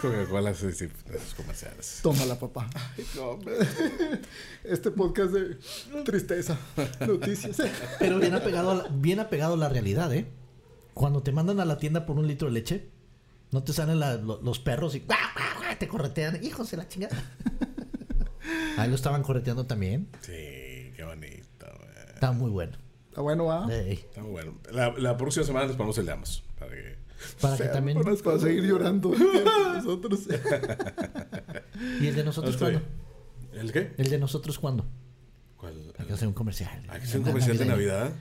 Speaker 1: Coca-Cola, sí, sí, esos comerciales.
Speaker 3: Tómala, papá. Este podcast de tristeza, noticias.
Speaker 2: Pero bien apegado, a la, bien apegado a la realidad, ¿eh? Cuando te mandan a la tienda por un litro de leche, no te salen la- lo- los perros y ¡guau, guau, guau! te corretean. Hijos de la chingada. Ahí lo estaban correteando también.
Speaker 1: Sí, qué bonito, güey.
Speaker 2: Está muy bueno.
Speaker 3: Está bueno, ¿ah?
Speaker 2: Ey,
Speaker 1: Está muy bueno. La, la próxima semana les ponemos el de ambos. Para que...
Speaker 2: para que también.
Speaker 3: Para seguir llorando. Nosotros.
Speaker 2: ¿Y el de nosotros
Speaker 1: Está
Speaker 2: cuándo?
Speaker 1: bien. ¿El qué?
Speaker 2: ¿El de nosotros cuándo?
Speaker 1: ¿Cuál?
Speaker 2: Hay que hacer un comercial.
Speaker 1: Hay que hacer un comercial de
Speaker 2: Navidad.
Speaker 1: Navidad.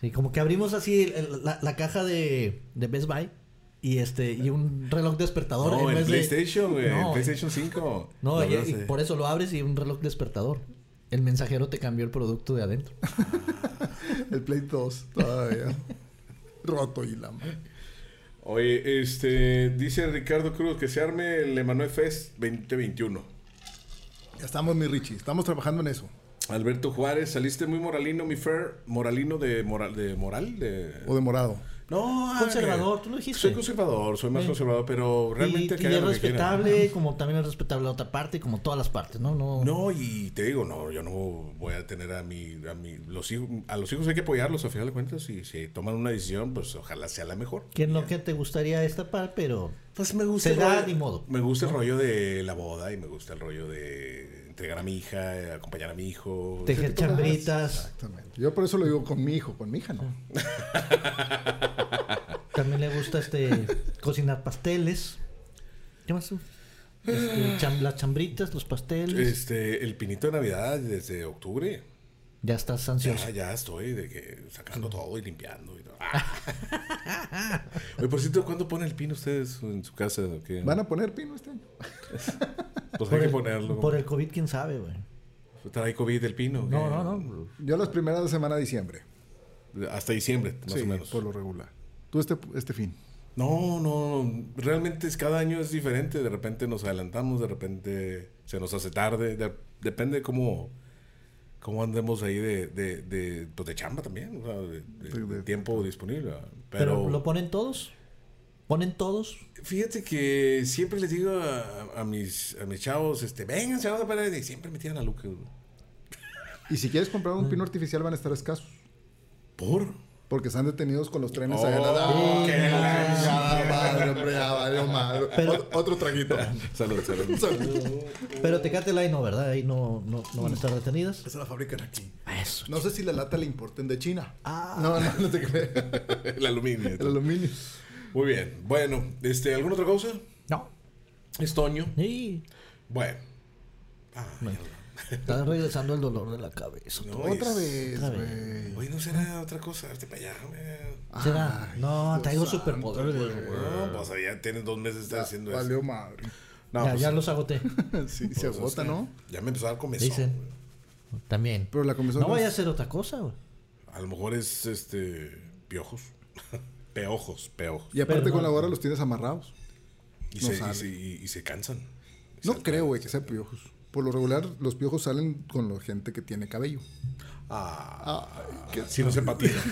Speaker 2: Sí, como que abrimos así el- el- la, la caja de, de Best Buy y este y un reloj despertador.
Speaker 1: No,
Speaker 2: en
Speaker 1: el
Speaker 2: vez de-
Speaker 1: PlayStation, güey.
Speaker 2: No,
Speaker 1: el PlayStation 5.
Speaker 2: No,
Speaker 1: La
Speaker 2: y-
Speaker 1: verdad,
Speaker 2: y
Speaker 1: sí.
Speaker 2: por eso lo abres y un reloj despertador. El mensajero te cambió el producto de adentro.
Speaker 3: El Play 2 todavía. Roto y la madre.
Speaker 1: Oye, este, dice Ricardo Cruz que se arme el Emanuel Fest 2021.
Speaker 3: Ya estamos, mi Richie. Estamos trabajando en eso.
Speaker 1: Alberto Juárez, saliste muy moralino, mi Fer. Moralino de moral, de moral, de...
Speaker 3: O de morado.
Speaker 1: No, ah,
Speaker 2: Conservador, tú lo dijiste.
Speaker 1: Soy conservador, soy más
Speaker 2: Sí.
Speaker 1: conservador, pero realmente
Speaker 2: y,
Speaker 1: que
Speaker 2: y
Speaker 1: hagan
Speaker 2: es
Speaker 1: lo que quieran.
Speaker 2: respetable, como también es respetable la otra parte, como todas las partes, ¿no? No,
Speaker 1: No, y te digo, no, yo no voy a tener a mi, a mi, los hijos, a los hijos hay que apoyarlos a final de cuentas y si toman una decisión, pues ojalá sea la mejor.
Speaker 2: que es lo que te gustaría destapar, pero
Speaker 1: Pues me gusta
Speaker 2: se
Speaker 1: el
Speaker 2: da
Speaker 1: rollo-
Speaker 2: ni modo.
Speaker 1: Me gusta el rollo de la boda y me gusta el rollo de entregar a mi hija, eh, acompañar a mi hijo.
Speaker 2: tejer chambritas.
Speaker 3: Exactamente. Yo por eso lo digo con mi hijo, con mi hija, ¿no?
Speaker 2: También le gusta este cocinar pasteles. ¿Qué más? tú? Este, cham- las chambritas, los pasteles.
Speaker 1: Este, el pinito de Navidad desde octubre.
Speaker 2: Ya estás ansioso.
Speaker 1: Ya, ya estoy de que sacando todo y limpiando y todo. Oye, por cierto, ¿cuándo pone el pino ustedes en su casa? o qué?
Speaker 3: ¿Van a poner pino este año?
Speaker 1: Pues hay
Speaker 2: Por
Speaker 1: que
Speaker 2: el,
Speaker 1: ponerlo.
Speaker 2: por el COVID, quién sabe, güey.
Speaker 1: ¿Trae COVID el pino? o
Speaker 2: No,
Speaker 1: qué?
Speaker 2: no, no.
Speaker 3: Yo las primeras de semana de diciembre.
Speaker 1: Hasta diciembre, más
Speaker 3: sí,
Speaker 1: o menos.
Speaker 3: por lo regular. Tú este, este fin.
Speaker 1: No, no, realmente es, cada año es diferente. De repente nos adelantamos, de repente se nos hace tarde. de- depende cómo, cómo andemos ahí de, de, de, pues de chamba también, o sea, de, de-
Speaker 3: Sí, de-
Speaker 1: de tiempo disponible. ¿verdad?
Speaker 2: Pero,
Speaker 1: Pero,
Speaker 2: lo ponen todos. Ponen todos.
Speaker 1: fíjate que siempre les digo a, a mis, a mis chavos, este, vengan, se van a parar", y siempre me tiran a Lucas. güey.
Speaker 3: Y si quieres comprar
Speaker 1: Mm.
Speaker 3: un pino artificial van a estar escasos.
Speaker 1: ¿Por?
Speaker 3: Porque están detenidos con los trenes
Speaker 1: Oh,
Speaker 3: allá.
Speaker 1: qué la
Speaker 3: madre, hombre, ya valió madre. Ot- otro traguito.
Speaker 1: Salud, salud.
Speaker 2: Pero Tecate Light no, ¿verdad? Ahí no, no, no van a estar detenidas.
Speaker 3: Esa la fabrican aquí.
Speaker 2: Eso.
Speaker 3: No sé si la lata le importen de China. Ah. No, no, no te crees.
Speaker 1: El aluminio.
Speaker 3: El aluminio.
Speaker 1: Muy bien. Bueno, este, ¿alguna otra cosa?
Speaker 2: No.
Speaker 1: Estoño.
Speaker 2: Sí.
Speaker 1: Bueno.
Speaker 2: Está regresando el dolor de la cabeza.
Speaker 1: No,
Speaker 3: Otra
Speaker 1: es-
Speaker 3: vez,
Speaker 2: otra
Speaker 3: güey.
Speaker 1: Oye, no será otra cosa, vete para allá, güey.
Speaker 3: Ah.
Speaker 2: ¿Será? no, traigo superpoderes. güey.
Speaker 1: No, pues ya tienes dos meses de estar haciendo eso.
Speaker 3: Valió madre.
Speaker 1: No,
Speaker 2: ya,
Speaker 1: pues,
Speaker 2: ya los agoté.
Speaker 3: Sí, se agota, ¿no?
Speaker 1: ya me empezó a dar comezón.
Speaker 2: Dicen.
Speaker 1: güey.
Speaker 2: También.
Speaker 3: Pero la comenzó
Speaker 2: No vaya a ser otra cosa, güey.
Speaker 1: A lo mejor es este. Piojos. peojos, peojos.
Speaker 3: Y aparte
Speaker 2: Pero
Speaker 3: con
Speaker 2: no.
Speaker 3: la hora los tienes amarrados.
Speaker 1: Y,
Speaker 3: No
Speaker 1: se, y,
Speaker 3: sale.
Speaker 1: se, y- y se cansan. Y
Speaker 3: No
Speaker 1: saltan.
Speaker 3: creo, güey, que sea piojos. Por lo regular, los piojos salen con la gente que tiene cabello.
Speaker 1: Ah, si no se patinan.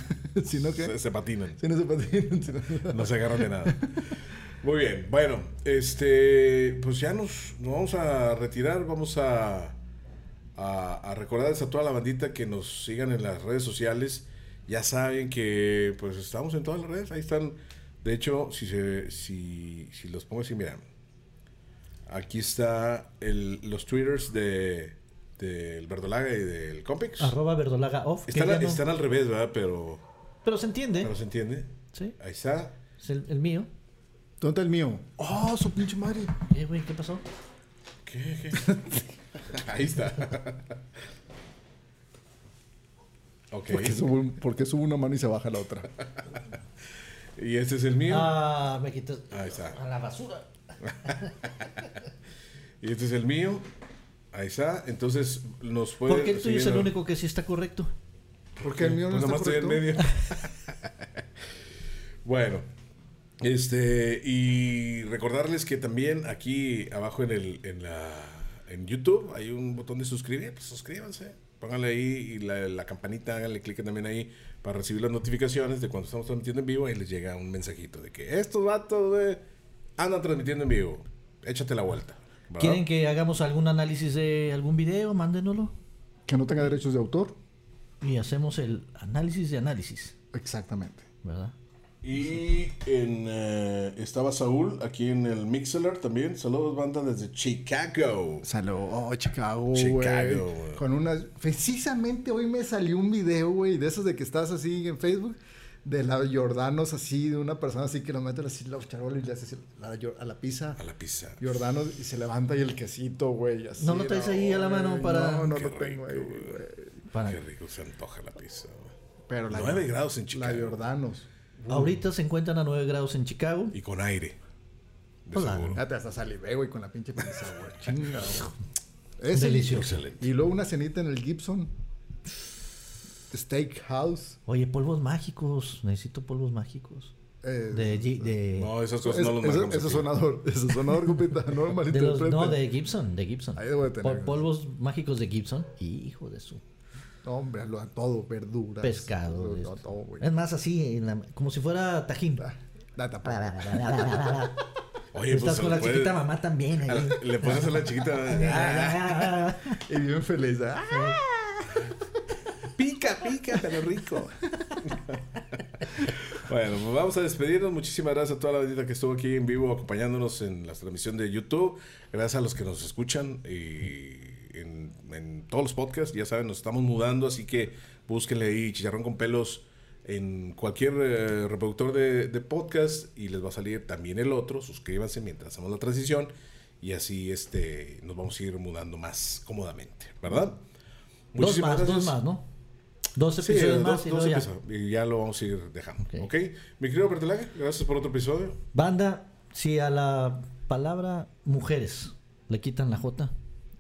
Speaker 3: si no,
Speaker 1: se,
Speaker 3: ¿qué?
Speaker 1: se patinan.
Speaker 3: Si no se patinan, si no-
Speaker 1: No se agarran de nada. Muy bien, bueno, este, pues ya nos, nos vamos a retirar, vamos a, a, a recordarles a toda la bandita que nos sigan en las redes sociales. Ya saben que pues estamos en todas las redes, ahí están. De hecho, si, se, si, si los pongo así, mira, aquí está el, los twitters de del Verdolaga y del Compix.
Speaker 2: Arroba verdolaga off. que
Speaker 1: Están,
Speaker 2: ya
Speaker 1: a-
Speaker 2: no-
Speaker 1: están al revés, ¿verdad? Pero,
Speaker 2: Pero se entiende.
Speaker 1: pero se entiende.
Speaker 2: Sí.
Speaker 1: Ahí está.
Speaker 2: Es el, el mío.
Speaker 3: ¿Dónde está el mío? ¡Oh, su pinche madre!
Speaker 2: Eh, güey, ¿qué pasó?
Speaker 1: ¿Qué? ¿Qué? Ahí está. ok.
Speaker 3: ¿Por qué, subo, un- por qué subo una mano y se baja la otra?
Speaker 1: Y este es el mío.
Speaker 2: Ah, me quitas.
Speaker 1: Ahí está.
Speaker 2: A la basura.
Speaker 1: Y este es el mío. Ahí está. Entonces nos puede.
Speaker 2: ¿Por qué el tuyo es el
Speaker 1: siguiendo-
Speaker 2: único que sí está correcto?
Speaker 3: Porque el mío no
Speaker 1: Pues nomás
Speaker 3: está
Speaker 1: estoy en
Speaker 3: correcto.
Speaker 1: medio. bueno. Este, y recordarles que también aquí abajo en el, en la, en YouTube hay un botón de suscribir, pues suscríbanse, pónganle ahí y la, la campanita, háganle clic también ahí para recibir las notificaciones de cuando estamos transmitiendo en vivo, ahí les llega un mensajito de que estos vatos, güey, andan transmitiendo en vivo. échate la vuelta. ¿verdad?
Speaker 2: ¿Quieren que hagamos algún análisis de algún video? Mándenoslo.
Speaker 3: Que no tenga derechos de autor.
Speaker 2: Y hacemos el análisis de análisis,
Speaker 3: Exactamente.
Speaker 2: ¿verdad?
Speaker 1: Y en, eh, estaba Saúl aquí en el Mixler también. Saludos, banda, desde Chicago.
Speaker 3: Salud, oh, Chicago,
Speaker 1: Chicago,
Speaker 3: güey.
Speaker 1: güey.
Speaker 3: Con unas. Precisamente hoy me salió un video, güey, de esos de que estás así en Facebook, de la Jordanos así, de una persona así que lo mete así la charola y le hace así la Jor- a la pizza.
Speaker 1: A la pizza.
Speaker 3: Jordanos y se levanta y el quesito, güey. así,
Speaker 2: No lo traes ahí a la
Speaker 3: güey,
Speaker 2: mano para-
Speaker 3: No, no
Speaker 1: Qué
Speaker 3: lo
Speaker 1: rico,
Speaker 3: tengo ahí,
Speaker 1: güey.
Speaker 3: güey.
Speaker 2: Para-
Speaker 1: Qué rico se antoja la pizza. güey.
Speaker 3: Pero la.
Speaker 1: Nueve grados en
Speaker 3: La
Speaker 1: Chicago.
Speaker 3: Jordanos.
Speaker 2: Ahorita se encuentran a 9 grados en Chicago.
Speaker 1: Y con aire. De
Speaker 2: Hola.
Speaker 1: seguro.
Speaker 3: Ya te hasta salivé, güey, con la pinche pizza, güey. Chinga, güey. Es
Speaker 2: Delicioso.
Speaker 1: Excelente.
Speaker 3: Y luego una cenita en el Gibson. Steakhouse.
Speaker 2: Oye, polvos mágicos. Necesito polvos mágicos.
Speaker 3: eh,
Speaker 2: De, G- de,
Speaker 1: No, esas
Speaker 3: Es,
Speaker 1: cosas no las
Speaker 3: eso-
Speaker 1: marcamos.
Speaker 3: eso es
Speaker 1: aquí.
Speaker 3: sonador, eso es sonador, compita, no
Speaker 2: de los-
Speaker 3: malinterpreten.
Speaker 2: no, de Gibson. De Gibson.
Speaker 3: Ahí debo de tener.
Speaker 2: Pol- polvos mágicos de Gibson. Hijo de su.
Speaker 3: No, hombre, hazlo a todo, verduras.
Speaker 2: Pescado.
Speaker 3: a
Speaker 2: esto.
Speaker 3: todo, güey. Ah.
Speaker 2: es más, así, en la- como si fuera tajín. ah.
Speaker 3: Da tampoco.
Speaker 1: Oye,
Speaker 2: Estás
Speaker 1: pues,
Speaker 2: con la
Speaker 1: puede-
Speaker 2: chiquita mamá también.
Speaker 1: a
Speaker 2: ahí. Ah.
Speaker 1: la- Le puedes hacer la chiquita. ah,
Speaker 3: Ah. Y bien feliz. ¡ah!
Speaker 1: Pica, pica, pero rico. bueno, pues vamos a despedirnos. Muchísimas gracias a toda la bandita que estuvo aquí en vivo acompañándonos en la transmisión de YouTube. Gracias a los que nos escuchan y en, en todos los podcasts. Ya saben, nos estamos mudando, así que búsquenle ahí Chicharrón con pelos en cualquier eh, reproductor de, de podcast y les va a salir también el otro. Suscríbanse mientras hacemos la transición y así este nos vamos a ir mudando más cómodamente, ¿verdad?
Speaker 2: Dos
Speaker 1: Muchísimas
Speaker 2: más, dos
Speaker 1: gracias.
Speaker 2: más, ¿no? Dos
Speaker 1: Sí,
Speaker 2: episodios
Speaker 1: dos-
Speaker 2: más y
Speaker 1: dos
Speaker 2: luego ya.
Speaker 1: episodios. Y ya lo vamos a ir dejando.
Speaker 2: Ok.
Speaker 1: ¿Ok? Mi querido Bertelaje, gracias por otro episodio.
Speaker 2: Banda, si a la palabra mujeres le quitan la J,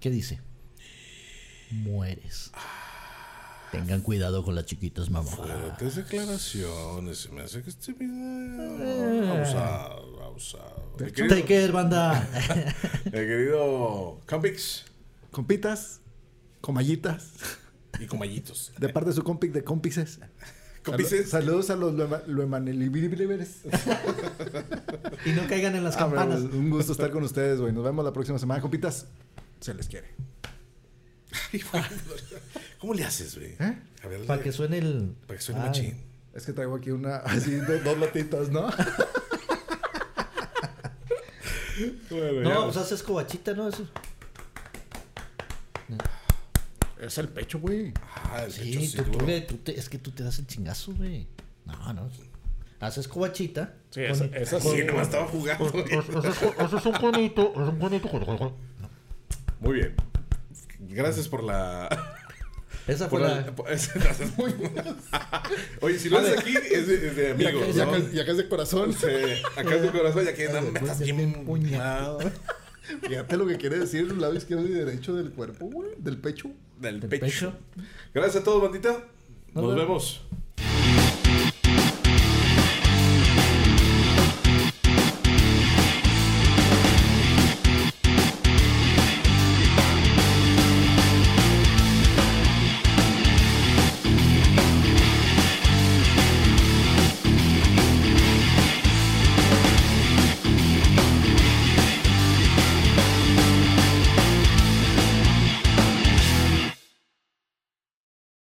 Speaker 2: ¿qué dice? Mueres. Tengan cuidado con las chiquitas, mamá.
Speaker 1: Fuertes declaraciones. Se me hace que este
Speaker 2: Eh.
Speaker 1: video. Abusado, abusado. Mi querido,
Speaker 2: Take care, banda.
Speaker 1: mi querido Campix
Speaker 3: Compitas, comallitas,
Speaker 1: y Comallitos.
Speaker 3: de parte de su compic de compices.
Speaker 1: Compices.
Speaker 3: Salu- Saludos a los luema- luemanelibilibles.
Speaker 2: y no caigan en las
Speaker 3: Ah, bueno,
Speaker 2: campanas.
Speaker 3: Un gusto estar con ustedes, güey. Nos vemos la próxima semana, compitas. Se les quiere.
Speaker 1: ¿Cómo le haces, güey?
Speaker 3: ¿Eh?
Speaker 1: A ver,
Speaker 2: Para que suene el.
Speaker 1: para que suene
Speaker 2: Ay,
Speaker 1: machín.
Speaker 3: Es que traigo aquí una, así, do- dos latitas, ¿no?
Speaker 1: Bueno, ya.
Speaker 2: No, pues haces cobachita, ¿no? Eso.
Speaker 3: Es el pecho, güey.
Speaker 1: Ah, el pecho
Speaker 2: Sí,
Speaker 1: sí,
Speaker 2: tú, tú
Speaker 1: duro.
Speaker 2: le- tú te- es que tú te das el chingazo, güey. No, no. Haces cobachita.
Speaker 3: Sí, esa, esa
Speaker 1: Sí, nomás estaba jugando.
Speaker 4: Eso es un conito, es un conito.
Speaker 1: Muy bien. Gracias por la.
Speaker 2: Esa fue
Speaker 1: Por
Speaker 2: la.
Speaker 1: la- por- Oye, si lo haces aquí, es de, es de amigos.
Speaker 3: Ya
Speaker 1: ¿no?
Speaker 3: que, ya que es de corazón.
Speaker 1: Eh, acá es de corazón, ya que no, me estás bien puñado
Speaker 3: Fíjate lo que quiere decir el lado izquierdo y derecho del cuerpo, güey. Del pecho.
Speaker 1: del
Speaker 2: Del
Speaker 1: pecho.
Speaker 2: pecho.
Speaker 1: Gracias a todos, bandita. Nos
Speaker 2: vemos.
Speaker 1: vemos.